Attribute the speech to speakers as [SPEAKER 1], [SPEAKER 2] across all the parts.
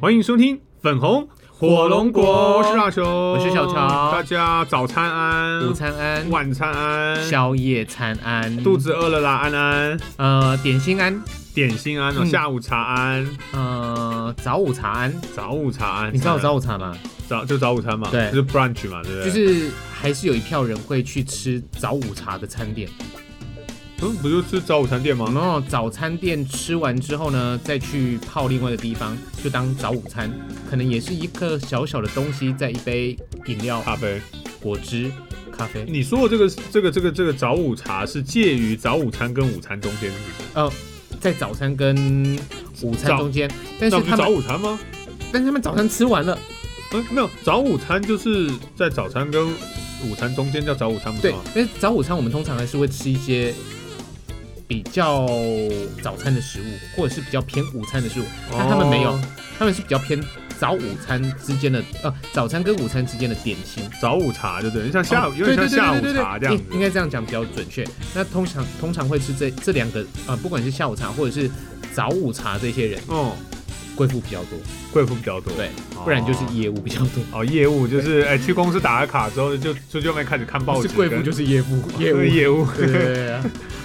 [SPEAKER 1] 欢迎收听粉红
[SPEAKER 2] 火龙果
[SPEAKER 1] 我是大雄，我
[SPEAKER 2] 是小乔
[SPEAKER 1] 大家早餐安，
[SPEAKER 2] 午餐安，
[SPEAKER 1] 晚餐安，
[SPEAKER 2] 宵夜餐安，
[SPEAKER 1] 肚子饿了啦，安安，
[SPEAKER 2] 呃点心安，
[SPEAKER 1] 点心安哦，
[SPEAKER 2] 嗯
[SPEAKER 1] 下午茶安，
[SPEAKER 2] 呃早午茶安。
[SPEAKER 1] 早午茶安，
[SPEAKER 2] 你知道
[SPEAKER 1] 早
[SPEAKER 2] 早午茶吗？
[SPEAKER 1] 早就早午餐嘛，
[SPEAKER 2] 对
[SPEAKER 1] 就是 brunch 嘛，对不对？
[SPEAKER 2] 就是还是有一票人会去吃早午茶的餐店。
[SPEAKER 1] 嗯，不就吃早午餐店吗？
[SPEAKER 2] 然后早餐店吃完之后呢，再去泡另外一个地方，就当早午餐，可能也是一个小小的东西，再一杯饮料、
[SPEAKER 1] 咖啡，
[SPEAKER 2] 果汁、咖啡。
[SPEAKER 1] 你说的这个这个这个这个早午茶是介于早午餐跟午餐中间，是不是？
[SPEAKER 2] 呃，在早餐跟午餐
[SPEAKER 1] 早
[SPEAKER 2] 中间，但
[SPEAKER 1] 那
[SPEAKER 2] 是
[SPEAKER 1] 不是
[SPEAKER 2] 他
[SPEAKER 1] 早
[SPEAKER 2] 们
[SPEAKER 1] 午餐吗？
[SPEAKER 2] 但是他们早餐吃完了，
[SPEAKER 1] 嗯，没有，早午餐就是在早餐跟午餐中间叫早午餐，不是
[SPEAKER 2] 对
[SPEAKER 1] 吗？，
[SPEAKER 2] 但是早午餐我们通常还是会吃一些比较早餐的食物，或者是比较偏午餐的食物，但他们没有
[SPEAKER 1] 哦，
[SPEAKER 2] 他们是比较偏早午餐之间的呃早餐跟午餐之间的点心。
[SPEAKER 1] 早午茶，就等于像下午，
[SPEAKER 2] 哦
[SPEAKER 1] 有点像
[SPEAKER 2] 对对
[SPEAKER 1] 下
[SPEAKER 2] 对
[SPEAKER 1] 午
[SPEAKER 2] 对对
[SPEAKER 1] 茶这样
[SPEAKER 2] 应应
[SPEAKER 1] 子。
[SPEAKER 2] 该这样讲比较准确。那通常通常会吃这这两个呃，不管是下午茶或者是早午茶，这些人
[SPEAKER 1] 哦，
[SPEAKER 2] 贵妇比较多，
[SPEAKER 1] 贵妇比较多，
[SPEAKER 2] 对，
[SPEAKER 1] 哦，
[SPEAKER 2] 不然就是业务比较多。
[SPEAKER 1] 哦，业务就是哎，去公司打个卡之后，就出去外面开始看报
[SPEAKER 2] 不
[SPEAKER 1] 纸
[SPEAKER 2] 是
[SPEAKER 1] 跟，
[SPEAKER 2] 贵妇就是业务， 业务
[SPEAKER 1] 对业务。
[SPEAKER 2] 对对对对。对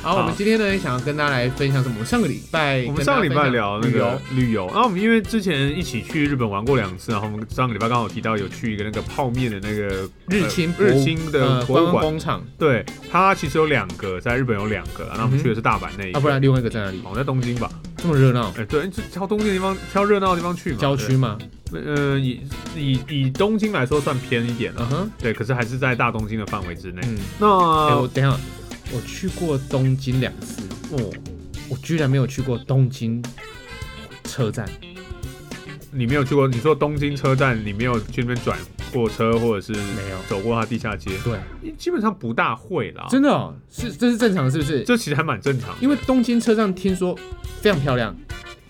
[SPEAKER 2] 好，我
[SPEAKER 1] 好
[SPEAKER 2] 们今天呢，也想要跟大家来分享什么？我们上个礼拜
[SPEAKER 1] 我们
[SPEAKER 2] 跟大家
[SPEAKER 1] 上
[SPEAKER 2] 分
[SPEAKER 1] 礼
[SPEAKER 2] 享，
[SPEAKER 1] 拜聊那
[SPEAKER 2] 旅
[SPEAKER 1] 个
[SPEAKER 2] 游，
[SPEAKER 1] 旅游，啊然后我们因为之前一起去日本玩过两次，然后我们上个礼拜刚好提到有去一个那个泡面的那个
[SPEAKER 2] 日
[SPEAKER 1] 呃
[SPEAKER 2] 清博物
[SPEAKER 1] 日清的
[SPEAKER 2] 呃
[SPEAKER 1] 博
[SPEAKER 2] 观
[SPEAKER 1] 物
[SPEAKER 2] 光
[SPEAKER 1] 馆，
[SPEAKER 2] 工厂
[SPEAKER 1] 对，它其实有两个，在日本有两个，然后我们
[SPEAKER 2] 嗯哼
[SPEAKER 1] 去的是大阪那一个，
[SPEAKER 2] 啊，不然另外一个在哪里？
[SPEAKER 1] 哦在东京吧，
[SPEAKER 2] 这么热闹，
[SPEAKER 1] 哎，对，就挑东京的地方，挑热闹的地方去嘛，
[SPEAKER 2] 郊
[SPEAKER 1] 对
[SPEAKER 2] 区吗？
[SPEAKER 1] 呃，以以以东京来说算偏一点了，
[SPEAKER 2] 嗯哼，
[SPEAKER 1] 对，可是还是在大东京的范围之内。
[SPEAKER 2] 嗯。
[SPEAKER 1] 那
[SPEAKER 2] 哎、我等一下，我去过东京两次，
[SPEAKER 1] 哦，
[SPEAKER 2] 我居然没有去过东京车站。
[SPEAKER 1] 你没有去过？你说东京车站，你没有去那边转过车，或者是
[SPEAKER 2] 没有
[SPEAKER 1] 走过它地下街？
[SPEAKER 2] 对，
[SPEAKER 1] 基本上不大会啦。
[SPEAKER 2] 真的哦，是这是正常是不是？
[SPEAKER 1] 这其实还蛮正常的，
[SPEAKER 2] 因为东京车站听说非常漂亮，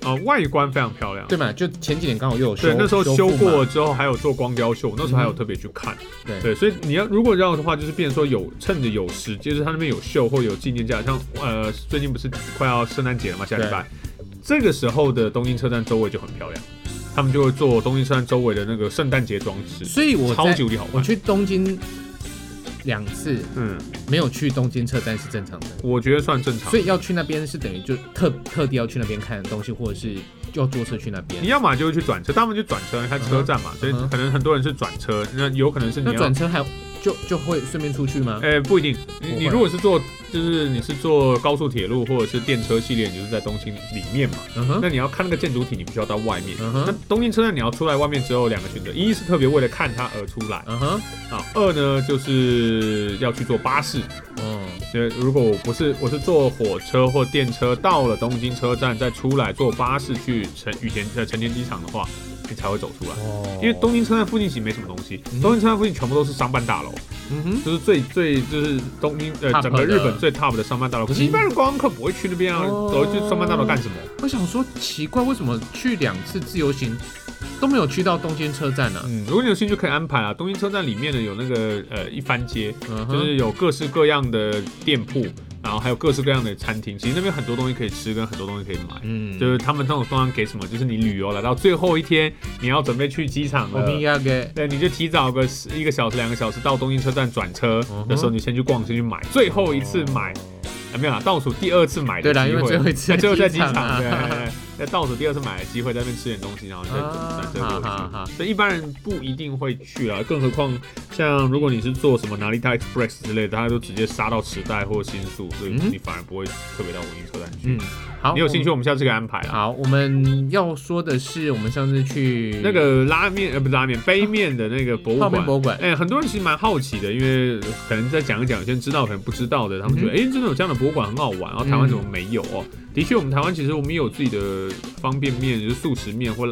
[SPEAKER 1] 啊、外观非常漂亮。
[SPEAKER 2] 对嘛？就前几年刚好又有修，
[SPEAKER 1] 对，那时候修
[SPEAKER 2] 复嘛
[SPEAKER 1] 过，之后还有做光雕秀，那时候还有
[SPEAKER 2] 嗯哼
[SPEAKER 1] 特别去看。
[SPEAKER 2] 对
[SPEAKER 1] 对，所以你要如果要的话，就是变成说有趁着有时，就是它那边有秀或有纪念价，像呃最近不是快要圣诞节了嘛，下礼拜这个时候的东京车站周围就很漂亮，他们就会做东京车站周围的那个圣诞节装饰，
[SPEAKER 2] 所以我在
[SPEAKER 1] 超级无敌好
[SPEAKER 2] 我
[SPEAKER 1] 看。
[SPEAKER 2] 去东京两次，
[SPEAKER 1] 嗯，
[SPEAKER 2] 没有去东京车站是正常的。
[SPEAKER 1] 我觉得算正常
[SPEAKER 2] 所。以要去那边是等于就特特地要去那边看东西，或者是要坐车去那边
[SPEAKER 1] 你。要么就会去转车，他们就转车，它车站嘛，所以
[SPEAKER 2] 嗯哼
[SPEAKER 1] 可能很多人是转车，那有可能是你
[SPEAKER 2] 那
[SPEAKER 1] 要
[SPEAKER 2] 转，车还就就会顺便出去吗？
[SPEAKER 1] 呃，不一定。你
[SPEAKER 2] 不会
[SPEAKER 1] 你如果是坐，就是你是坐高速铁路或者是电车系列，你就是在东京里面嘛。
[SPEAKER 2] 嗯哼，
[SPEAKER 1] 那你要看那个建筑体，你必须要到外面。
[SPEAKER 2] 嗯
[SPEAKER 1] 那
[SPEAKER 2] 哼，
[SPEAKER 1] 东京车站你要出来外面只有两个选择，一是特别为了看它而出来
[SPEAKER 2] 嗯哼，
[SPEAKER 1] 啊，二呢就是要去坐巴士。
[SPEAKER 2] 哦，
[SPEAKER 1] 所以如果我不是我是坐火车或电车到了东京车站，再出来坐巴士去成羽田呃成田机场的话，你才会走出来。
[SPEAKER 2] 哦
[SPEAKER 1] 因为东京车站附近其实没什么东西，
[SPEAKER 2] 嗯
[SPEAKER 1] 东京车站附近全部都是商办大楼，
[SPEAKER 2] 嗯哼，
[SPEAKER 1] 就是最最就是东京
[SPEAKER 2] Top
[SPEAKER 1] 呃
[SPEAKER 2] 的
[SPEAKER 1] 整个日本最 top 的商办大楼。可是，一般人观光客不会去那边啊，
[SPEAKER 2] 哦
[SPEAKER 1] 走去商办大楼干什么？
[SPEAKER 2] 我想说奇怪，为什么去两次自由行都没有去到东京车站啊呢、
[SPEAKER 1] 嗯，如果你有兴趣可以安排啊。东京车站里面呢有那个呃一番街，
[SPEAKER 2] 嗯
[SPEAKER 1] 就
[SPEAKER 2] 哼，
[SPEAKER 1] 是有各式各样的店铺，然后还有各式各样的餐厅。其实那边很多东西可以吃，跟很多东西可以买。
[SPEAKER 2] 嗯，
[SPEAKER 1] 就是他们那种通常给什么，就是你旅游来到最后一天，你要准备去机场
[SPEAKER 2] 我
[SPEAKER 1] 了。
[SPEAKER 2] 们要给
[SPEAKER 1] 对，你就提早个十一个小时、两个小时到东京车站转车
[SPEAKER 2] 嗯哼
[SPEAKER 1] 的时候，你先去逛，先去买。最后一次买，啊、没有啦，倒数第二次买的
[SPEAKER 2] 对
[SPEAKER 1] 机会，
[SPEAKER 2] 啦因为最后一次
[SPEAKER 1] 啊最后在机
[SPEAKER 2] 在机场
[SPEAKER 1] 场，
[SPEAKER 2] 啊
[SPEAKER 1] 对对，对在倒数第二次买的机会，在那边吃点东西，然后再
[SPEAKER 2] 啊
[SPEAKER 1] 转车过去。
[SPEAKER 2] 好好好
[SPEAKER 1] 所以一般人不一定会去啊，更何况像如果你是做什么哪里泰 express 之类的，他就直接杀到池袋或新宿，所以
[SPEAKER 2] 嗯
[SPEAKER 1] 你反而不会特别到东京车站去。
[SPEAKER 2] 嗯，好，
[SPEAKER 1] 你有兴趣，
[SPEAKER 2] 我
[SPEAKER 1] 我们下次可以安排啊啦。
[SPEAKER 2] 们？好，我们要说的是，我们上次去
[SPEAKER 1] 那个拉面呃不是拉面杯面的那个博物
[SPEAKER 2] 泡
[SPEAKER 1] 馆
[SPEAKER 2] 面， 博物馆，
[SPEAKER 1] 哎、很多人其实蛮好奇的，因为可能再讲一讲，有些人知道，可能不知道的，他
[SPEAKER 2] 嗯
[SPEAKER 1] 们觉得，哎、真的有这样的博物馆很好玩，然后台湾怎么没有哦？的确，我们台湾其实我们也有自己的方便面，就是速食面或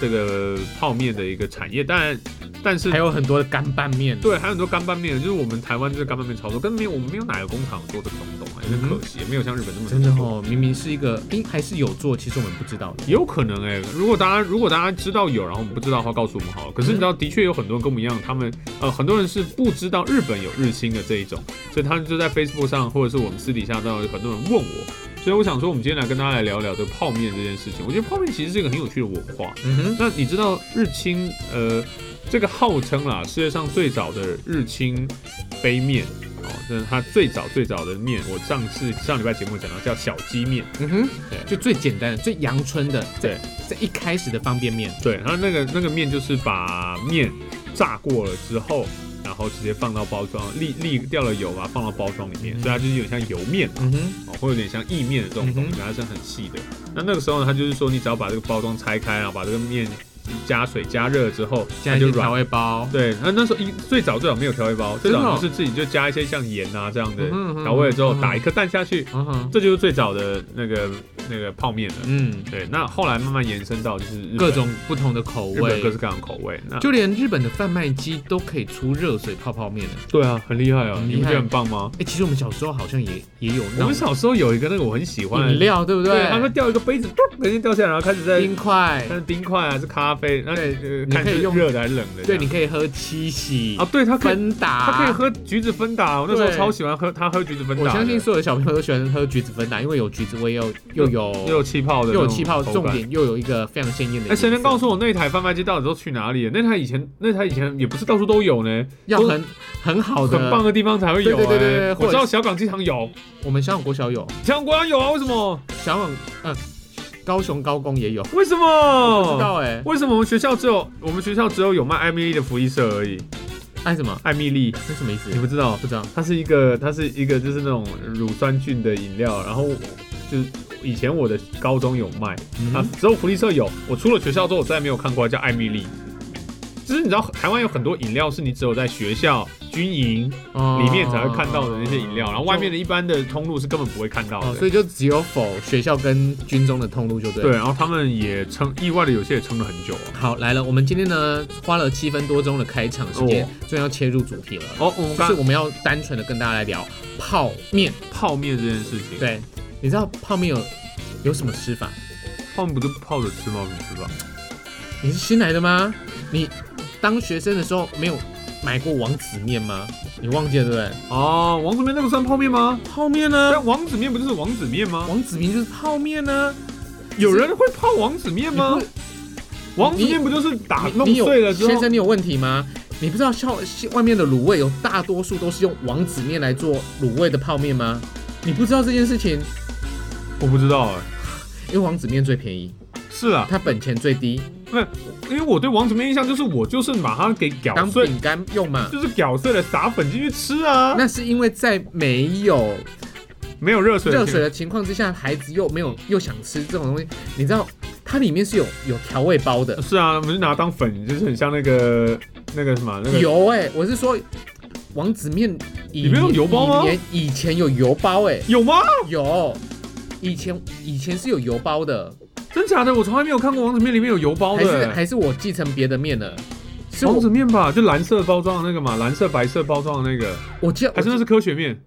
[SPEAKER 1] 这个泡面的一个产业，但但是
[SPEAKER 2] 还有很多的干拌面，
[SPEAKER 1] 对，还有很多干拌面，就是我们台湾这个干拌面潮流，跟没有我们没有哪个工厂做这个东东，有哎点可惜，没有像日本那么
[SPEAKER 2] 嗯真的
[SPEAKER 1] 多
[SPEAKER 2] 哦，明明是一个，诶，还是有做，其实我们不知道的。
[SPEAKER 1] 有可能哎、如果大家如果大家知道有，然后我们不知道的话，告诉我们好了。可是你知道，的确有很多人跟我们一样，他们呃很多人是不知道日本有日清的这一种，所以他们就在 Facebook 上或者是我们私底下都有很多人问我，所以我想说，我们今天来跟大家来聊聊这个泡面这件事情。我觉得泡面其实是一个很有趣的文化。
[SPEAKER 2] 嗯哼，
[SPEAKER 1] 那你知道日清呃，这个号称啦世界上最早的日清杯面哦，这是它最早最早的面。我上次上礼拜节目讲到叫小鸡面，
[SPEAKER 2] 嗯哼
[SPEAKER 1] 对，
[SPEAKER 2] 就最简单的、最阳春的，
[SPEAKER 1] 对
[SPEAKER 2] 在一开始的方便面，
[SPEAKER 1] 对，然后那个那个面就是把面炸过了之后，然后直接放到包装，沥沥掉了油啊，放到包装里面，
[SPEAKER 2] 嗯
[SPEAKER 1] 所以它就是有点像油面。
[SPEAKER 2] 嗯哼，
[SPEAKER 1] 哦，会有点像意面的这种东西
[SPEAKER 2] 嗯，
[SPEAKER 1] 它是很细的。那那个时候呢，它就是说，你只要把这个包装拆开，然啊后把这个面加水加热之后，
[SPEAKER 2] 加
[SPEAKER 1] 它
[SPEAKER 2] 一
[SPEAKER 1] 就
[SPEAKER 2] 些调
[SPEAKER 1] 软。
[SPEAKER 2] 味包，
[SPEAKER 1] 对，那那时候一最早最早没有调味包，最
[SPEAKER 2] 真的
[SPEAKER 1] 早
[SPEAKER 2] 哦
[SPEAKER 1] 就是自己就加一些像盐啊这样的
[SPEAKER 2] 嗯哼嗯哼
[SPEAKER 1] 调味了之后，
[SPEAKER 2] 嗯哼
[SPEAKER 1] 打一颗蛋下去，
[SPEAKER 2] 嗯哼，
[SPEAKER 1] 这就是最早的那个那个泡面了。
[SPEAKER 2] 嗯，
[SPEAKER 1] 对，那后来慢慢延伸到就是日本
[SPEAKER 2] 各种不同的口
[SPEAKER 1] 日本
[SPEAKER 2] 味
[SPEAKER 1] 各，式各样的口味。那
[SPEAKER 2] 就连日本的贩卖机都可以出热水泡泡面了。
[SPEAKER 1] 对啊，很厉害啊，
[SPEAKER 2] 很
[SPEAKER 1] 你
[SPEAKER 2] 厉
[SPEAKER 1] 不觉得
[SPEAKER 2] 害
[SPEAKER 1] 很棒吗？
[SPEAKER 2] 哎、其实我们小时候好像也也有
[SPEAKER 1] 我
[SPEAKER 2] 那
[SPEAKER 1] 们
[SPEAKER 2] 种
[SPEAKER 1] 小时候有一个那个我很喜欢的
[SPEAKER 2] 饮，料，对不
[SPEAKER 1] 对，它会
[SPEAKER 2] 对？
[SPEAKER 1] 掉一个杯子，咚，人家掉下来，然后开始在
[SPEAKER 2] 冰块，
[SPEAKER 1] 但是冰块啊，是咖啡，那
[SPEAKER 2] 对
[SPEAKER 1] 呃
[SPEAKER 2] 你
[SPEAKER 1] 看
[SPEAKER 2] 可以
[SPEAKER 1] 是
[SPEAKER 2] 用
[SPEAKER 1] 热的还是冷的这
[SPEAKER 2] 对，
[SPEAKER 1] 样？
[SPEAKER 2] 你可以喝七喜、
[SPEAKER 1] 啊，对，它可以，
[SPEAKER 2] 芬达，
[SPEAKER 1] 它可以。喝橘子芬达，我那时候
[SPEAKER 2] 对
[SPEAKER 1] 超喜欢喝，它喝橘子芬达
[SPEAKER 2] 我
[SPEAKER 1] 的，
[SPEAKER 2] 相信所有的小朋友都喜欢喝橘子芬达，因为有橘子味又又有
[SPEAKER 1] 又有气泡的，
[SPEAKER 2] 又有气泡，重。点又有一个非常鲜艳的。
[SPEAKER 1] 哎，谁能告诉我那台贩卖机到底都去哪里？那台以前，那台以前也不是到处都有呢，
[SPEAKER 2] 要很很好的？
[SPEAKER 1] 很棒的地方才会有。
[SPEAKER 2] 对对对对
[SPEAKER 1] 哎
[SPEAKER 2] 对或者
[SPEAKER 1] 我知道小港机场有，
[SPEAKER 2] 我们香港国小有，
[SPEAKER 1] 小港国安有啊，为什么？
[SPEAKER 2] 香港嗯、高雄高工也有，
[SPEAKER 1] 为什
[SPEAKER 2] 不知
[SPEAKER 1] 么？
[SPEAKER 2] 道哎、
[SPEAKER 1] 为什么我们学校只有我们学校只有有卖艾米丽的福利社而已？
[SPEAKER 2] 爱什么？
[SPEAKER 1] 艾米丽，
[SPEAKER 2] 那什么意思
[SPEAKER 1] 你？不知道？
[SPEAKER 2] 不知道。
[SPEAKER 1] 它是一个，它是一个就是那种乳酸菌的饮料，然后我就是以前我的高中有卖，
[SPEAKER 2] 嗯
[SPEAKER 1] 啊
[SPEAKER 2] 哼，
[SPEAKER 1] 只有福利社有。我出了学校之后，我再也没有看过，叫艾米丽。就是你知道，台湾有很多饮料是你只有在学校、军营
[SPEAKER 2] 哦
[SPEAKER 1] 里面才会看到的那些饮料，然后外面的一般的通路是根本不会看到的。
[SPEAKER 2] 哦，所以就只有否学校跟军中的通路就对。
[SPEAKER 1] 对，。然后他们也撑，意外的有些也撑了很久哦。
[SPEAKER 2] 好，来了，我们今天呢花了七分多钟的开场时间
[SPEAKER 1] 哦，
[SPEAKER 2] 终于要切入主题了。
[SPEAKER 1] 哦，我们
[SPEAKER 2] 就
[SPEAKER 1] 刚
[SPEAKER 2] 是我们要单纯的跟大家来聊泡面。
[SPEAKER 1] 泡面这件事情，，
[SPEAKER 2] 对，你知道泡面有有什么吃法？
[SPEAKER 1] 泡面不是泡着吃吗？你知道？
[SPEAKER 2] 你是新来的吗？你当学生的时候没有买过王子面吗？你忘记了对不对？
[SPEAKER 1] 哦，王子面那个算泡面吗？
[SPEAKER 2] 泡面呢？
[SPEAKER 1] 但王子面不就是王子面吗？
[SPEAKER 2] 王子面就是泡面呢、
[SPEAKER 1] 有人会泡王子面吗
[SPEAKER 2] 你？
[SPEAKER 1] 王子面不就是打弄碎了之
[SPEAKER 2] 先
[SPEAKER 1] 后？
[SPEAKER 2] 生，你有问题吗？你不知道校外面的卤味有大多数都是用王子面来做卤味的泡面吗？你不知道这件事情，
[SPEAKER 1] 我不知道哎、
[SPEAKER 2] 因为王子面最便宜，
[SPEAKER 1] 是啊，
[SPEAKER 2] 它本钱最低，
[SPEAKER 1] 因为我对王子面印象就是我就是把它给搅
[SPEAKER 2] 当
[SPEAKER 1] 碎，
[SPEAKER 2] 饼干用嘛。
[SPEAKER 1] 就是搅碎了撒粉进去吃啊，
[SPEAKER 2] 那是因为在没有
[SPEAKER 1] 没有热水的
[SPEAKER 2] 热
[SPEAKER 1] 情
[SPEAKER 2] 水的情况之下，孩子又没有又想吃这种东西，你知道它里面是有有调味包的
[SPEAKER 1] 是啊，我们就拿它当粉，就是很像那个那个什么那个。
[SPEAKER 2] 油哎、我是说王子面以
[SPEAKER 1] 里面有油包吗
[SPEAKER 2] 以前以前有油包哎、
[SPEAKER 1] 有吗？
[SPEAKER 2] 有，以前以前是有油包的，
[SPEAKER 1] 真假的？我从来没有看过王子面里面有油包
[SPEAKER 2] 还是
[SPEAKER 1] 的、欸
[SPEAKER 2] 还是我继承别的面了。是
[SPEAKER 1] 王
[SPEAKER 2] 我
[SPEAKER 1] 子面吧，就蓝色包装的那个嘛，蓝色白色包装的那个，
[SPEAKER 2] 我记得
[SPEAKER 1] 还
[SPEAKER 2] 我
[SPEAKER 1] 是
[SPEAKER 2] 记
[SPEAKER 1] 那是科学面？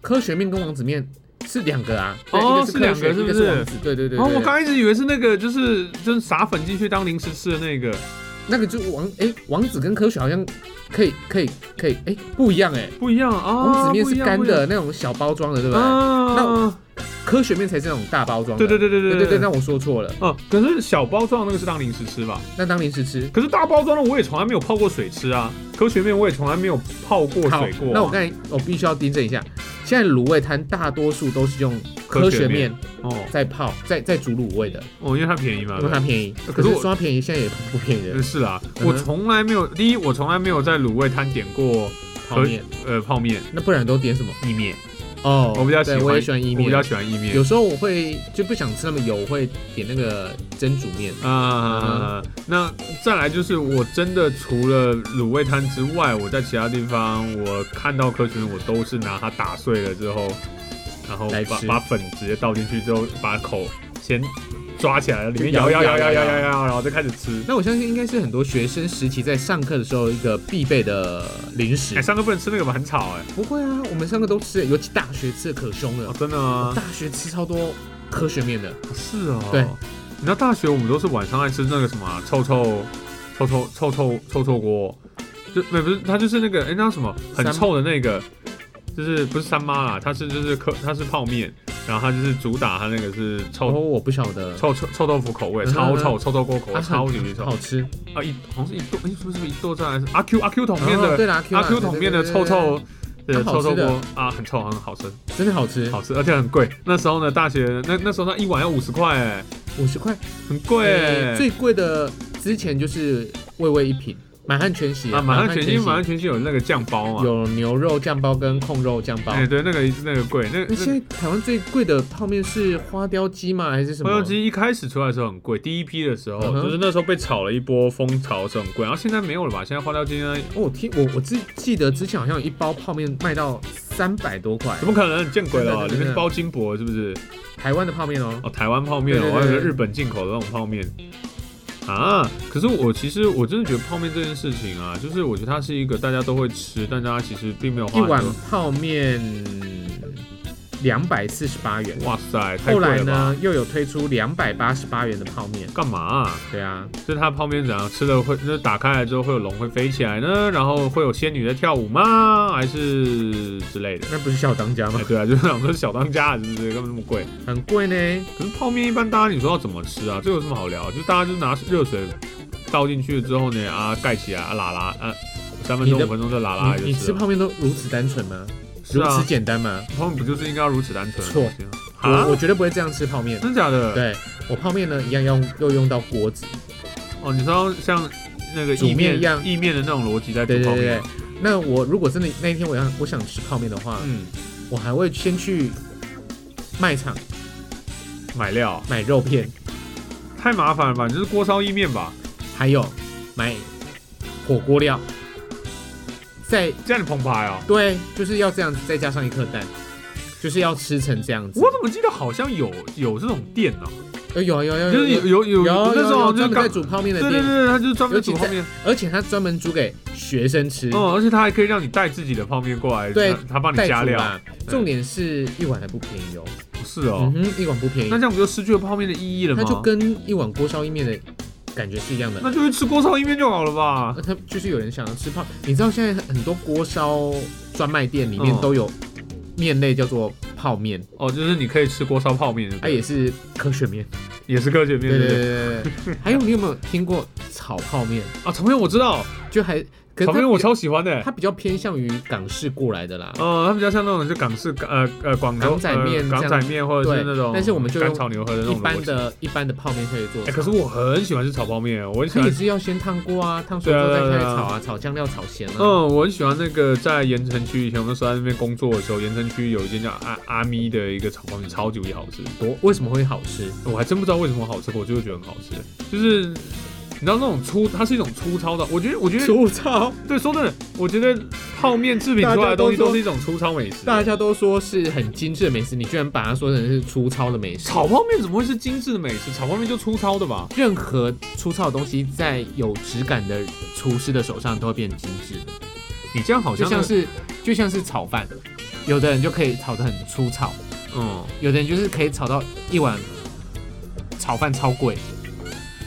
[SPEAKER 2] 科学面跟王子面是两个啊，对
[SPEAKER 1] 哦
[SPEAKER 2] 一个是科
[SPEAKER 1] 是两
[SPEAKER 2] 学
[SPEAKER 1] 个
[SPEAKER 2] 一
[SPEAKER 1] 是
[SPEAKER 2] 个
[SPEAKER 1] 不
[SPEAKER 2] 是
[SPEAKER 1] 是
[SPEAKER 2] 王子，对对对对
[SPEAKER 1] 哦，我刚一直以为是那个，就是就是撒粉进去当零食吃的那个，
[SPEAKER 2] 那个就是王哎、王子跟科学好像可以可以可以哎、不一样哎、
[SPEAKER 1] 不一样啊。
[SPEAKER 2] 王子面是干
[SPEAKER 1] 不一样
[SPEAKER 2] 的那种小包装的，对不对？
[SPEAKER 1] 啊，
[SPEAKER 2] 科学面才是那种大包装的。
[SPEAKER 1] 对对对对
[SPEAKER 2] 对
[SPEAKER 1] 对
[SPEAKER 2] 对对，那我说错了，
[SPEAKER 1] 哦，可是小包装那个是当零食吃吧？
[SPEAKER 2] 那当零食吃。
[SPEAKER 1] 可是大包装的我也从来没有泡过水吃啊，科学面我也从来没有泡过
[SPEAKER 2] 好
[SPEAKER 1] 水过啊。
[SPEAKER 2] 那我刚才我必须要订正一下，现在卤味摊大多数都是用
[SPEAKER 1] 科
[SPEAKER 2] 科
[SPEAKER 1] 学
[SPEAKER 2] 学
[SPEAKER 1] 面
[SPEAKER 2] 面
[SPEAKER 1] 哦
[SPEAKER 2] 在泡，在在煮卤味的，
[SPEAKER 1] 哦，因为它便宜嘛
[SPEAKER 2] 因。为它便宜。
[SPEAKER 1] 可
[SPEAKER 2] 可
[SPEAKER 1] 是
[SPEAKER 2] 是
[SPEAKER 1] 我
[SPEAKER 2] 说它便宜，现在也不便宜
[SPEAKER 1] 对
[SPEAKER 2] 了。
[SPEAKER 1] 是啦，
[SPEAKER 2] 嗯哼
[SPEAKER 1] 我从来没有第一，我从来没有在卤味摊点过
[SPEAKER 2] 泡面，
[SPEAKER 1] 呃泡面、
[SPEAKER 2] 那不然都点什么？
[SPEAKER 1] 意面，
[SPEAKER 2] 哦，
[SPEAKER 1] 我比较喜欢
[SPEAKER 2] 对我也喜欢意
[SPEAKER 1] 我比较
[SPEAKER 2] 面。
[SPEAKER 1] 喜欢意面
[SPEAKER 2] 有时候我会就不想吃那么油，我会点那个蒸煮面。
[SPEAKER 1] 啊、那再来就是，我真的除了卤味摊之外，我在其他地方我看到科学面，我都是拿它打碎了之后，然后
[SPEAKER 2] 来
[SPEAKER 1] 把
[SPEAKER 2] 吃
[SPEAKER 1] 把粉直接倒进去之后，把口先抓起来，里面摇
[SPEAKER 2] 摇
[SPEAKER 1] 摇摇摇
[SPEAKER 2] 摇
[SPEAKER 1] 摇摇
[SPEAKER 2] 摇
[SPEAKER 1] 摇，然后再开始吃。
[SPEAKER 2] 那我相信应该是很多学生时期在上课的时候一个必备的零食
[SPEAKER 1] 哎、。上课不能吃那个吧，很吵哎、
[SPEAKER 2] 不会啊，我们上课都吃，尤其大学吃的可凶了
[SPEAKER 1] 哦，。真的吗？
[SPEAKER 2] 大学吃超多科学面的，
[SPEAKER 1] 是哦。
[SPEAKER 2] 对，
[SPEAKER 1] 你知道大学我们都是晚上爱吃那个什么啊、臭臭臭臭臭臭臭臭锅，就没不是它就是那个哎、那叫什么很
[SPEAKER 2] 三
[SPEAKER 1] 臭的那个，就是不是三妈啦，它是就是可它是泡面，然后它就是主打它那个是
[SPEAKER 2] 哦，
[SPEAKER 1] 臭
[SPEAKER 2] 我不晓得，
[SPEAKER 1] 臭臭臭豆腐口味，
[SPEAKER 2] 嗯
[SPEAKER 1] 超
[SPEAKER 2] 嗯
[SPEAKER 1] 臭，臭豆腐口味
[SPEAKER 2] 啊
[SPEAKER 1] 超级臭
[SPEAKER 2] 好吃。
[SPEAKER 1] 啊！一好像是一豆，哎，是不是一豆站还是阿 Q 阿 Q 桶面
[SPEAKER 2] 哦
[SPEAKER 1] 的
[SPEAKER 2] 对啦
[SPEAKER 1] 阿 Q 桶
[SPEAKER 2] 桶
[SPEAKER 1] 面的臭，臭的
[SPEAKER 2] 蛮好
[SPEAKER 1] 臭
[SPEAKER 2] 吃
[SPEAKER 1] 臭
[SPEAKER 2] 的
[SPEAKER 1] 锅啊，很臭，很好吃，
[SPEAKER 2] 对对对对真的好吃，
[SPEAKER 1] 好吃，而且很贵。那时候呢，大学那那时候它一碗要五十块，哎，
[SPEAKER 2] 五十块。
[SPEAKER 1] 很贵
[SPEAKER 2] 呃
[SPEAKER 1] 哎。
[SPEAKER 2] 最贵的之前就是味味一品，满汉全席
[SPEAKER 1] 啊，满汉全
[SPEAKER 2] 席
[SPEAKER 1] 席，满汉全席有那个酱包嘛？
[SPEAKER 2] 有牛肉酱包跟控肉酱包。
[SPEAKER 1] 哎、对，那个那个贵，那
[SPEAKER 2] 那
[SPEAKER 1] 个
[SPEAKER 2] 现在台湾最贵的泡面是花雕鸡吗？还是什
[SPEAKER 1] 那
[SPEAKER 2] 么？
[SPEAKER 1] 个花椒鸡一开始出来的时候很贵，第一批的时候、
[SPEAKER 2] 嗯哼
[SPEAKER 1] 就是那时候被炒了一波风潮的时候很贵，然后现在没有了吧？现在花椒鸡呢？
[SPEAKER 2] 哦，我听我我记记得之前好像有一包泡面卖到三百多块
[SPEAKER 1] 怎，么可能？见鬼了！
[SPEAKER 2] 真的真的
[SPEAKER 1] 里面是包金箔是不是？
[SPEAKER 2] 台湾的泡面哦。
[SPEAKER 1] 哦，台湾泡面哦，
[SPEAKER 2] 对对对
[SPEAKER 1] 我还以为日本进口的那种泡面啊。可是我其实我真的觉得泡面这件事情啊，就是我觉得它是一个大家都会吃，但大家其实并没有
[SPEAKER 2] 一
[SPEAKER 1] 花很
[SPEAKER 2] 碗
[SPEAKER 1] 多。
[SPEAKER 2] 泡面两百四十八元，
[SPEAKER 1] 哇塞，太
[SPEAKER 2] 后
[SPEAKER 1] 贵
[SPEAKER 2] 来
[SPEAKER 1] 了吧！
[SPEAKER 2] 呢又有推出两百八十八元的泡面，
[SPEAKER 1] 干嘛啊、
[SPEAKER 2] 对啊，
[SPEAKER 1] 就是它泡面怎样吃了会，就是打开来之后会有龙会飞起来呢？然后会有仙女在跳舞吗？还是之类的？
[SPEAKER 2] 那不是小当家吗
[SPEAKER 1] 哎，？对啊，就是想说小当家是不是根本那么贵？
[SPEAKER 2] 很贵呢，
[SPEAKER 1] 可是泡面一般大家你说要怎么吃啊？这有什么好聊？就大家就拿热水倒进去之后呢，啊盖起来啊拉拉啊，三分钟
[SPEAKER 2] 你的
[SPEAKER 1] 五分钟就拉拉啊就
[SPEAKER 2] 你你吃
[SPEAKER 1] 吃了。
[SPEAKER 2] 泡面都如此单纯吗？
[SPEAKER 1] 是
[SPEAKER 2] 如
[SPEAKER 1] 啊
[SPEAKER 2] 此，简单吗？
[SPEAKER 1] 泡面不就是应该要如此单纯的
[SPEAKER 2] 错
[SPEAKER 1] 东西吗？ 啊
[SPEAKER 2] 我我，绝对不会这样吃泡面。
[SPEAKER 1] 真假的？
[SPEAKER 2] 对我泡面呢，一样要用又用到锅子。
[SPEAKER 1] 哦，你说像那个
[SPEAKER 2] 煮
[SPEAKER 1] 意
[SPEAKER 2] 面一样
[SPEAKER 1] 意面的那种逻辑在煮
[SPEAKER 2] 对对
[SPEAKER 1] 泡
[SPEAKER 2] 对
[SPEAKER 1] 面
[SPEAKER 2] 对。。那我如果真的那一天我要我想吃泡面的话，
[SPEAKER 1] 嗯，
[SPEAKER 2] 我还会先去卖场
[SPEAKER 1] 买料
[SPEAKER 2] 买肉片，
[SPEAKER 1] 太麻烦了吧？你就是锅烧意面吧？
[SPEAKER 2] 还有买火锅料。再
[SPEAKER 1] 这样你澎湃哦。
[SPEAKER 2] 对，就是要这样子，再加上一颗蛋，就是要吃成这样子。
[SPEAKER 1] 我怎么记得好像有有这种店呢、
[SPEAKER 2] 呃有啊有啊有啊
[SPEAKER 1] 就是
[SPEAKER 2] 有啊
[SPEAKER 1] 有有有
[SPEAKER 2] 有啊
[SPEAKER 1] 那
[SPEAKER 2] 有
[SPEAKER 1] 种
[SPEAKER 2] 啊
[SPEAKER 1] 就是
[SPEAKER 2] 专门
[SPEAKER 1] 刚
[SPEAKER 2] 在煮泡面的
[SPEAKER 1] 对
[SPEAKER 2] 店
[SPEAKER 1] 对，对，他就是专门煮
[SPEAKER 2] 尤其
[SPEAKER 1] 泡
[SPEAKER 2] 在
[SPEAKER 1] 面，
[SPEAKER 2] 而且它专门煮给学生吃，
[SPEAKER 1] 哦，而且他还可以让你带自己的泡面过来，
[SPEAKER 2] 对
[SPEAKER 1] 他他帮你
[SPEAKER 2] 带
[SPEAKER 1] 加
[SPEAKER 2] 煮
[SPEAKER 1] 料，
[SPEAKER 2] 吧。重点是一碗还不便宜哦，
[SPEAKER 1] 是哦
[SPEAKER 2] 嗯。哼，一碗不便宜
[SPEAKER 1] 那，这样不就失去了泡面的意义了吗？
[SPEAKER 2] 它就跟一碗锅烧意面的感觉是一样的。
[SPEAKER 1] 那就去吃锅烧意面就好了吧
[SPEAKER 2] 那？它就是有人想要吃泡，你知道现在很多锅烧专卖店里面
[SPEAKER 1] 嗯
[SPEAKER 2] 都有面类叫做泡面，
[SPEAKER 1] 哦，就是你可以吃锅烧泡面，
[SPEAKER 2] 它哎也是科学面。
[SPEAKER 1] 也是科学面，对
[SPEAKER 2] 对
[SPEAKER 1] 不对？
[SPEAKER 2] 对对对对。还有你有没有听过炒泡面？
[SPEAKER 1] 啊，炒面我知道，
[SPEAKER 2] 就还可
[SPEAKER 1] 炒
[SPEAKER 2] 是它
[SPEAKER 1] 面我
[SPEAKER 2] 比较
[SPEAKER 1] 超喜欢的。
[SPEAKER 2] 它比较偏向于港式过来的啦。
[SPEAKER 1] 哦，它比较像那种就港式呃呃广州
[SPEAKER 2] 港仔面
[SPEAKER 1] 呃
[SPEAKER 2] 这样
[SPEAKER 1] 港仔面或者是
[SPEAKER 2] 对
[SPEAKER 1] 那种，
[SPEAKER 2] 但是我们就用
[SPEAKER 1] 干炒牛河的那
[SPEAKER 2] 一
[SPEAKER 1] 种
[SPEAKER 2] 般
[SPEAKER 1] 逻辑。
[SPEAKER 2] 的一般的泡面可以做
[SPEAKER 1] 哎，
[SPEAKER 2] 炒，
[SPEAKER 1] 可是我很喜欢吃炒泡面，我很喜
[SPEAKER 2] 它也
[SPEAKER 1] 欢
[SPEAKER 2] 是要先烫过啊，烫熟
[SPEAKER 1] 对
[SPEAKER 2] 之
[SPEAKER 1] 啊
[SPEAKER 2] 后再
[SPEAKER 1] 对啊
[SPEAKER 2] 开始
[SPEAKER 1] 对啊
[SPEAKER 2] 炒啊，炒酱料、炒咸啊。
[SPEAKER 1] 嗯，我很喜欢那个在盐城区，以前我们那时候在那边工作的时候，盐城区有一间叫阿阿咪的一个炒泡面，超级无敌好吃。
[SPEAKER 2] 多为什么会好吃？
[SPEAKER 1] 我还真不知道为什么好吃，我就会觉得很好吃。就是你知道那种粗，它是一种粗糙的，我觉得，我觉得，
[SPEAKER 2] 粗糙，
[SPEAKER 1] 对，说真的，我觉得泡面制品出来的东西都是一种粗糙美食。
[SPEAKER 2] 大家都说是很精致的美食，你居然把它说成是粗糙的美食。
[SPEAKER 1] 炒泡面怎么会是精致的美食？炒泡面就粗糙的吧？
[SPEAKER 2] 任何粗糙的东西，在有质感的厨师的手上都会变精致，
[SPEAKER 1] 你这样好
[SPEAKER 2] 就
[SPEAKER 1] 像
[SPEAKER 2] 像是就像是炒饭，有的人就可以炒得很粗糙，
[SPEAKER 1] 嗯，
[SPEAKER 2] 有的人就是可以炒到一碗炒饭超贵。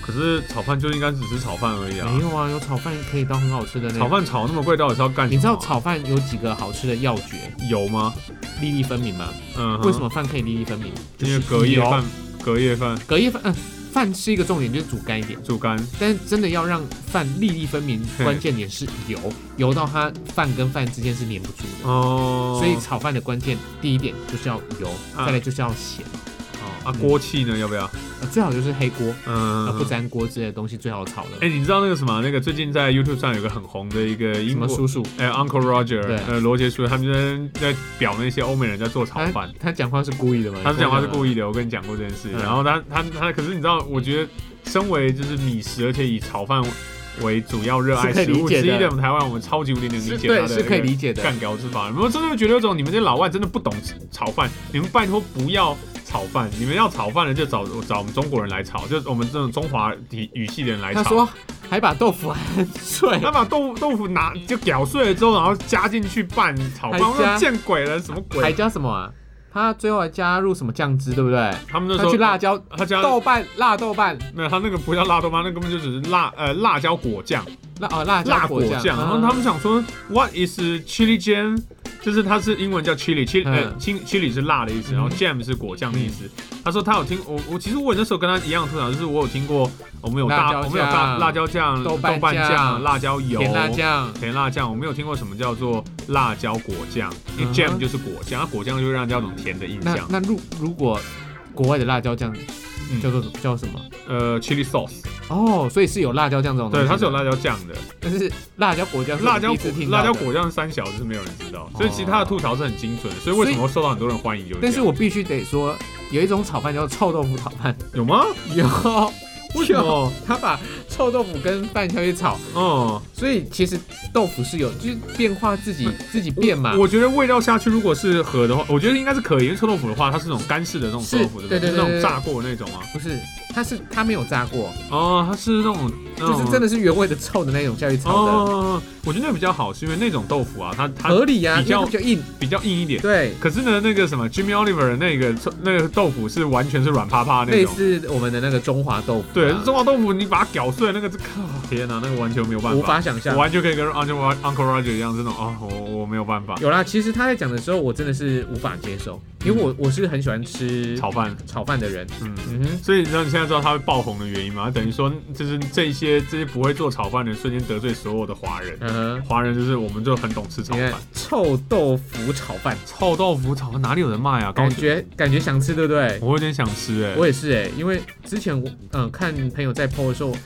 [SPEAKER 1] 可是炒饭就应该只是炒饭而已啊
[SPEAKER 2] 没。有啊，有炒饭可以到很好吃的呢。
[SPEAKER 1] 炒饭炒那么贵，到底是要干什么啊？
[SPEAKER 2] 你知道炒饭有几个好吃的要诀，
[SPEAKER 1] 油吗？
[SPEAKER 2] 粒粒分明吗？
[SPEAKER 1] 嗯哼，
[SPEAKER 2] 为什么饭可以粒粒分明？
[SPEAKER 1] 因为隔夜
[SPEAKER 2] 油
[SPEAKER 1] 饭，隔夜饭。
[SPEAKER 2] 哦隔夜饭，嗯、饭是一个重点，就是煮干一点。
[SPEAKER 1] 猪肝，
[SPEAKER 2] 但是真的要让饭粒粒分明，
[SPEAKER 1] 嘿
[SPEAKER 2] 关键点是油，油到它饭跟饭之间是粘不住的。
[SPEAKER 1] 哦，
[SPEAKER 2] 所以炒饭的关键第一点就是要油，
[SPEAKER 1] 啊
[SPEAKER 2] 再来就是要咸，嗯
[SPEAKER 1] 啊锅气呢要不要？
[SPEAKER 2] 呃最好就是黑锅，啊
[SPEAKER 1] 嗯，
[SPEAKER 2] 不。粘锅之类的东西最好炒
[SPEAKER 1] 哎，
[SPEAKER 2] 的。
[SPEAKER 1] 你知道那个什么？那个最近在 YouTube 上有个很红的一个
[SPEAKER 2] 什
[SPEAKER 1] 英
[SPEAKER 2] 么
[SPEAKER 1] 国。
[SPEAKER 2] 叔叔，
[SPEAKER 1] 哎、u n c l e Roger，
[SPEAKER 2] 对
[SPEAKER 1] 呃，罗杰叔，他们就在在表那些欧美人在做炒饭，
[SPEAKER 2] 他讲话是故意的吗？
[SPEAKER 1] 他们讲话是故
[SPEAKER 2] 意。
[SPEAKER 1] 意的，我跟你讲过这件事。
[SPEAKER 2] 嗯
[SPEAKER 1] 然后他他他，可是你知道，我觉得身为就是米食，而且以炒饭为主要热爱
[SPEAKER 2] 是可以
[SPEAKER 1] 食
[SPEAKER 2] 理
[SPEAKER 1] 物之
[SPEAKER 2] 解
[SPEAKER 1] 一
[SPEAKER 2] 的
[SPEAKER 1] 的我们台湾，我们超级无敌能理
[SPEAKER 2] 是
[SPEAKER 1] 解
[SPEAKER 2] 对
[SPEAKER 1] 他的
[SPEAKER 2] 是可以
[SPEAKER 1] 那个
[SPEAKER 2] 理解的
[SPEAKER 1] 干掉之法。我真的觉得有种你们这些老外真的不懂炒饭，你们拜托不要炒饭，你们要炒饭的就找找我们中国人来炒，就我们这种中华语语系的人来
[SPEAKER 2] 他
[SPEAKER 1] 炒。
[SPEAKER 2] 说还把豆腐 含碎，
[SPEAKER 1] 他把豆豆腐拿就搅碎了之后，然后加进去拌炒饭，
[SPEAKER 2] 还
[SPEAKER 1] 我说
[SPEAKER 2] 加
[SPEAKER 1] 见鬼了，什么
[SPEAKER 2] 还
[SPEAKER 1] 鬼？
[SPEAKER 2] 加什么啊？他最后还加入什么酱汁，对不对？
[SPEAKER 1] 他们那时
[SPEAKER 2] 他
[SPEAKER 1] 候
[SPEAKER 2] 去辣椒、
[SPEAKER 1] 他加
[SPEAKER 2] 豆瓣、辣豆瓣、
[SPEAKER 1] 没有，他那个不叫辣豆瓣，那根本就只是辣呃辣椒果酱，
[SPEAKER 2] 辣哦辣椒啊
[SPEAKER 1] 辣
[SPEAKER 2] 果
[SPEAKER 1] 果酱。然后他们想说，What is chili jam 就是它是英文叫 chili chili 呃
[SPEAKER 2] 嗯
[SPEAKER 1] chili chili 是辣的意思，然后
[SPEAKER 2] 嗯
[SPEAKER 1] jam 是果酱的意思。他说他有听我我其实我那时候跟他一样的吐槽，就是我有听过我们有
[SPEAKER 2] 辣
[SPEAKER 1] 大
[SPEAKER 2] 椒
[SPEAKER 1] 我们有大
[SPEAKER 2] 酱
[SPEAKER 1] 辣椒酱、
[SPEAKER 2] 豆
[SPEAKER 1] 豆
[SPEAKER 2] 瓣
[SPEAKER 1] 瓣
[SPEAKER 2] 酱
[SPEAKER 1] 酱、辣椒油、
[SPEAKER 2] 嗯甜辣酱，
[SPEAKER 1] 甜辣酱，我没有听过什么叫做辣椒果酱，因为
[SPEAKER 2] 嗯哼
[SPEAKER 1] jam 就是果酱，它果酱就会让人家有种甜的印
[SPEAKER 2] 那
[SPEAKER 1] 象。
[SPEAKER 2] 那如如果国外的辣椒酱
[SPEAKER 1] 嗯
[SPEAKER 2] 叫做叫什么？
[SPEAKER 1] 呃，chili sauce，
[SPEAKER 2] 哦，所以是有辣椒酱这种东西
[SPEAKER 1] 对，
[SPEAKER 2] 的，
[SPEAKER 1] 它是有辣椒酱的，
[SPEAKER 2] 但是辣椒果酱是我
[SPEAKER 1] 辣椒
[SPEAKER 2] 第一
[SPEAKER 1] 果
[SPEAKER 2] 次听到
[SPEAKER 1] 辣椒
[SPEAKER 2] 的哦
[SPEAKER 1] 果酱三小是没有人知道，所以其实它的吐槽是很精准的，所以为什么会受到很多人欢迎就是这样。
[SPEAKER 2] 但是我必须得说，有一种炒饭叫臭豆腐炒饭，
[SPEAKER 1] 有吗？
[SPEAKER 2] 有
[SPEAKER 1] 为什么？
[SPEAKER 2] 他把臭豆腐跟饭下去炒，
[SPEAKER 1] 嗯，
[SPEAKER 2] 所以其实豆腐是有就是变化自己自己 变嘛。
[SPEAKER 1] 我觉得味道下去，如果是合的话，我觉得应该是可以。因为臭豆腐的话，它是那种干式的那种
[SPEAKER 2] 是
[SPEAKER 1] 臭豆腐，
[SPEAKER 2] 对
[SPEAKER 1] 不
[SPEAKER 2] 对对
[SPEAKER 1] 那种
[SPEAKER 2] 对
[SPEAKER 1] 炸过的那种啊。
[SPEAKER 2] 不是，它是它没有炸过，
[SPEAKER 1] 哦，它是那种，
[SPEAKER 2] 就是真
[SPEAKER 1] 的
[SPEAKER 2] 的是原味的臭的那种下去炒的，
[SPEAKER 1] 哦，我觉得那比较好，是因为那种豆腐啊，它它
[SPEAKER 2] 合理呀、
[SPEAKER 1] 比
[SPEAKER 2] 因
[SPEAKER 1] 较
[SPEAKER 2] 为它比较硬。
[SPEAKER 1] 比较硬一点。
[SPEAKER 2] 对，
[SPEAKER 1] 可是呢，那个什么 Jimmy Oliver 的那个臭那个豆腐是完全是软趴趴的那
[SPEAKER 2] 类
[SPEAKER 1] 种。
[SPEAKER 2] 似我们的那个中华豆腐啊，
[SPEAKER 1] 对，中华豆腐你把它搅碎，那个是，靠天哪，那个完全没有办
[SPEAKER 2] 无
[SPEAKER 1] 法。
[SPEAKER 2] 法想象
[SPEAKER 1] 我。完全可以跟 Uncle Uncle Roger 一样，这种哦，我我没有办法。
[SPEAKER 2] 有啦，其实他在讲的时候，我真的是无法接受，因为我我是很喜欢吃
[SPEAKER 1] 嗯炒饭，
[SPEAKER 2] 炒饭的人。
[SPEAKER 1] 嗯。
[SPEAKER 2] 嗯哼，
[SPEAKER 1] 所以你知道你现在知道他会爆红的原因吗？等于说，就是这些这些不会做炒饭的人，瞬间得罪所有的华人。
[SPEAKER 2] 嗯哼。
[SPEAKER 1] 华人就是我们就很懂吃炒
[SPEAKER 2] 你
[SPEAKER 1] 饭
[SPEAKER 2] 看，臭豆腐炒饭，
[SPEAKER 1] 臭豆腐炒饭哪里有人卖啊？高
[SPEAKER 2] 感
[SPEAKER 1] 雄
[SPEAKER 2] 觉感觉想吃，对不对？
[SPEAKER 1] 我有点想吃哎、
[SPEAKER 2] 哎 我也是哎、因为之前我嗯、看朋友在 PO 的时候，哇，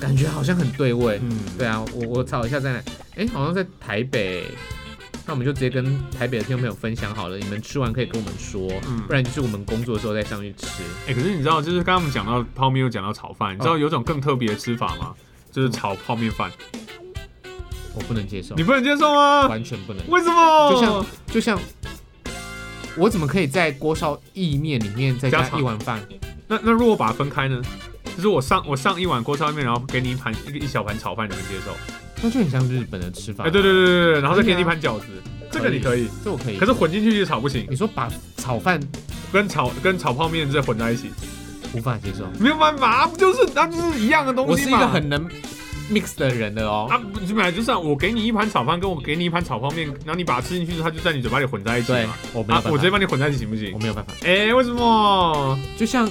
[SPEAKER 2] 感觉好像很对味。
[SPEAKER 1] 嗯，
[SPEAKER 2] 对啊，我我找一下在哪？哎、好像在台北。那我们就直接跟台北的听众朋友分享好了，你们吃完可以跟我们说，
[SPEAKER 1] 嗯
[SPEAKER 2] 不然就是我们工作的时候再上去吃。
[SPEAKER 1] 哎、可是你知道，就是刚刚我们讲到泡面，又讲到炒饭，
[SPEAKER 2] 嗯
[SPEAKER 1] 你知道有种更特别的吃法吗？就是炒泡面饭，
[SPEAKER 2] 我不能接受
[SPEAKER 1] 你，不能接受吗？
[SPEAKER 2] 嗯完全不能。
[SPEAKER 1] 为什么？
[SPEAKER 2] 就像就像我怎么可以在锅烧意面里面再
[SPEAKER 1] 加
[SPEAKER 2] 加
[SPEAKER 1] 肠
[SPEAKER 2] 一碗饭？
[SPEAKER 1] 那那如果把它分开呢？就是我上我上一碗锅烧面，然后给你一盘一个一小盘炒饭，你能接受？
[SPEAKER 2] 那就很像日本的吃法。
[SPEAKER 1] 哎、对对对对对，然后再
[SPEAKER 2] 可以
[SPEAKER 1] 给
[SPEAKER 2] 啊
[SPEAKER 1] 你一盘饺子，这个你可以。
[SPEAKER 2] 这我可以。
[SPEAKER 1] 可是混进去就炒不行，
[SPEAKER 2] 你说把炒饭
[SPEAKER 1] 跟炒跟炒泡面这混在一起，
[SPEAKER 2] 无法接受，
[SPEAKER 1] 没有办法，啊不就是它就是一样的东
[SPEAKER 2] 我是
[SPEAKER 1] 西
[SPEAKER 2] 一
[SPEAKER 1] 嘛。
[SPEAKER 2] 个很能 mix 的人的哦。
[SPEAKER 1] 啊，不本来就是啊，我给你一盘炒饭，跟我给你一盘炒泡面，然后你把它吃进去，它就在你嘴巴里混在一起
[SPEAKER 2] 对
[SPEAKER 1] 嘛。，
[SPEAKER 2] 我没有
[SPEAKER 1] 啊
[SPEAKER 2] 办，法，
[SPEAKER 1] 我直接把你混在一起行不行
[SPEAKER 2] 我？没有办法。
[SPEAKER 1] 哎、为什么？
[SPEAKER 2] 就像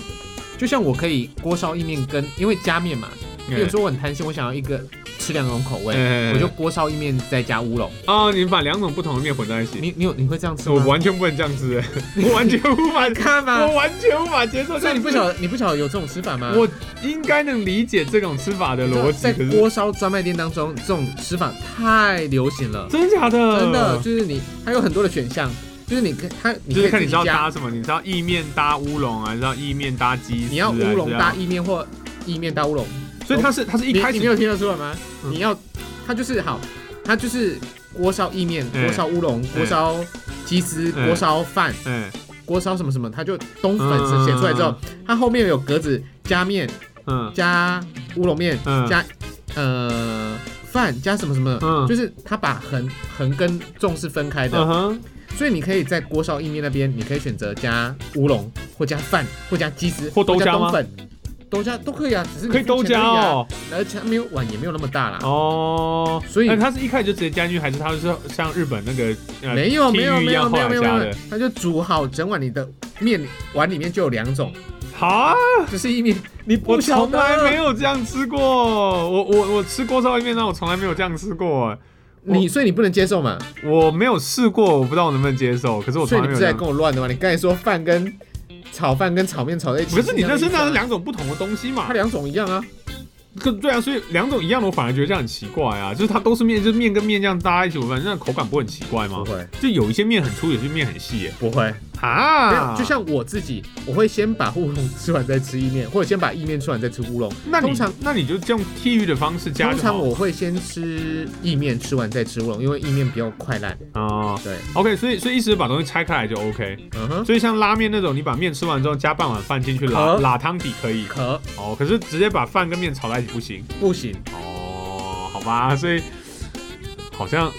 [SPEAKER 2] 就像我可以锅烧意面跟，因为加面嘛，
[SPEAKER 1] 哎
[SPEAKER 2] 比如说我很贪心，我想要一个吃两种口味，
[SPEAKER 1] 哎
[SPEAKER 2] 我就锅烧意面再加乌龙。
[SPEAKER 1] 啊，你把两种不同的面混在一起，
[SPEAKER 2] 你你有你会这样吃
[SPEAKER 1] 我
[SPEAKER 2] 吗？
[SPEAKER 1] 完全不能这样吃、哎我完全无法，
[SPEAKER 2] 看吧
[SPEAKER 1] 我，完全无法接受。
[SPEAKER 2] 啊所以你不晓得你不晓得有这种吃法吗？
[SPEAKER 1] 我应该能理解这种吃法的
[SPEAKER 2] 你知道
[SPEAKER 1] 逻辑，
[SPEAKER 2] 在
[SPEAKER 1] 可是
[SPEAKER 2] 锅烧专卖店当中，这种吃法太流行了，
[SPEAKER 1] 真假的？
[SPEAKER 2] 真的就是你它有很多的选项，就是你可它你
[SPEAKER 1] 就
[SPEAKER 2] 可
[SPEAKER 1] 是
[SPEAKER 2] 以
[SPEAKER 1] 看你知
[SPEAKER 2] 自己
[SPEAKER 1] 道
[SPEAKER 2] 加
[SPEAKER 1] 搭，什么，你知道意面搭乌龙啊，你知道意面搭鸡丝，啊
[SPEAKER 2] 你要乌龙
[SPEAKER 1] 还
[SPEAKER 2] 搭
[SPEAKER 1] 是
[SPEAKER 2] 意面或意面搭乌龙。
[SPEAKER 1] 要，所以它是它是一
[SPEAKER 2] 你
[SPEAKER 1] 开
[SPEAKER 2] 你没
[SPEAKER 1] 始
[SPEAKER 2] 有听得出来吗？
[SPEAKER 1] 嗯
[SPEAKER 2] 你要，它就是好，它就是锅烧意面、
[SPEAKER 1] 嗯
[SPEAKER 2] 锅烧乌龙、锅烧鸡丝、
[SPEAKER 1] 嗯
[SPEAKER 2] 锅烧饭、
[SPEAKER 1] 哎
[SPEAKER 2] 锅烧什么什么，它就冬粉
[SPEAKER 1] 嗯
[SPEAKER 2] 写出来之后，它后面有格子加面
[SPEAKER 1] 嗯
[SPEAKER 2] 加乌龙面
[SPEAKER 1] 嗯
[SPEAKER 2] 加呃饭加什么什么，
[SPEAKER 1] 嗯
[SPEAKER 2] 就是它把横横跟重是分开
[SPEAKER 1] 嗯
[SPEAKER 2] 的，
[SPEAKER 1] 哼，
[SPEAKER 2] 所以你可以在锅烧意面那边，你可以选择加乌龙或加饭或加鸡丝
[SPEAKER 1] 或都
[SPEAKER 2] 加
[SPEAKER 1] 加吗
[SPEAKER 2] 冬粉。都加都可以啊，只是你
[SPEAKER 1] 可以
[SPEAKER 2] 付
[SPEAKER 1] 都
[SPEAKER 2] 钱
[SPEAKER 1] 加
[SPEAKER 2] 而已啊
[SPEAKER 1] 哦
[SPEAKER 2] 而且它没有碗也没有那么大啦。
[SPEAKER 1] 哦，
[SPEAKER 2] 所以
[SPEAKER 1] 那它是一开始就直接加进去，还是它是像日本那个呃
[SPEAKER 2] 没有
[SPEAKER 1] 地
[SPEAKER 2] 没有
[SPEAKER 1] 狱一
[SPEAKER 2] 没有
[SPEAKER 1] 样
[SPEAKER 2] 没
[SPEAKER 1] 后
[SPEAKER 2] 有
[SPEAKER 1] 来
[SPEAKER 2] 没有
[SPEAKER 1] 加
[SPEAKER 2] 没有
[SPEAKER 1] 的？，
[SPEAKER 2] 它就煮好整碗，你的面碗里面就有两种，
[SPEAKER 1] 好，
[SPEAKER 2] 只是意面。你
[SPEAKER 1] 我
[SPEAKER 2] 不晓
[SPEAKER 1] 从
[SPEAKER 2] 得，
[SPEAKER 1] 来没有这样吃过，我我我吃锅烧意面，但我从来没有这样吃过，
[SPEAKER 2] 你所以你不能接受嘛？
[SPEAKER 1] 我没有试过，我不知道我能不能接受，可是我从
[SPEAKER 2] 所以
[SPEAKER 1] 来
[SPEAKER 2] 你
[SPEAKER 1] 没有这
[SPEAKER 2] 不是在
[SPEAKER 1] 样。
[SPEAKER 2] 跟我乱的吗？你刚才说饭跟炒饭跟炒面炒在一起，
[SPEAKER 1] 可是你那
[SPEAKER 2] 身
[SPEAKER 1] 身上
[SPEAKER 2] 上
[SPEAKER 1] 是，两种不同的东西嘛
[SPEAKER 2] 啊它？两种一样啊。
[SPEAKER 1] 可对啊，所以两种一样的，我反而觉得这样很奇怪啊。就是它都是面，就是面跟面这样搭在一起，我反正口感不会很奇怪吗
[SPEAKER 2] 不？会
[SPEAKER 1] 就有一些面很粗，有些面很细耶。
[SPEAKER 2] 不会，没
[SPEAKER 1] 啊
[SPEAKER 2] 有就像我自己，我会先把乌龙吃完再吃意面，或者先把意面吃完再吃乌龙。
[SPEAKER 1] 那你
[SPEAKER 2] 通常
[SPEAKER 1] 那你就这样剃鱼的方式加
[SPEAKER 2] 通
[SPEAKER 1] 就好
[SPEAKER 2] 常我会先吃意面，吃完再吃乌龙，因为意面比较快烂。
[SPEAKER 1] 啊、
[SPEAKER 2] 对，
[SPEAKER 1] OK，所以所以一直把东西拆开来就 OK。
[SPEAKER 2] 嗯哼，
[SPEAKER 1] 所以像拉面那种，你把面吃完之后加半碗饭进去拉
[SPEAKER 2] 可
[SPEAKER 1] 拉汤底可以
[SPEAKER 2] 可
[SPEAKER 1] 哦，可是直接把饭跟面炒在一起不行
[SPEAKER 2] 不行。
[SPEAKER 1] 哦，好吧，所以好像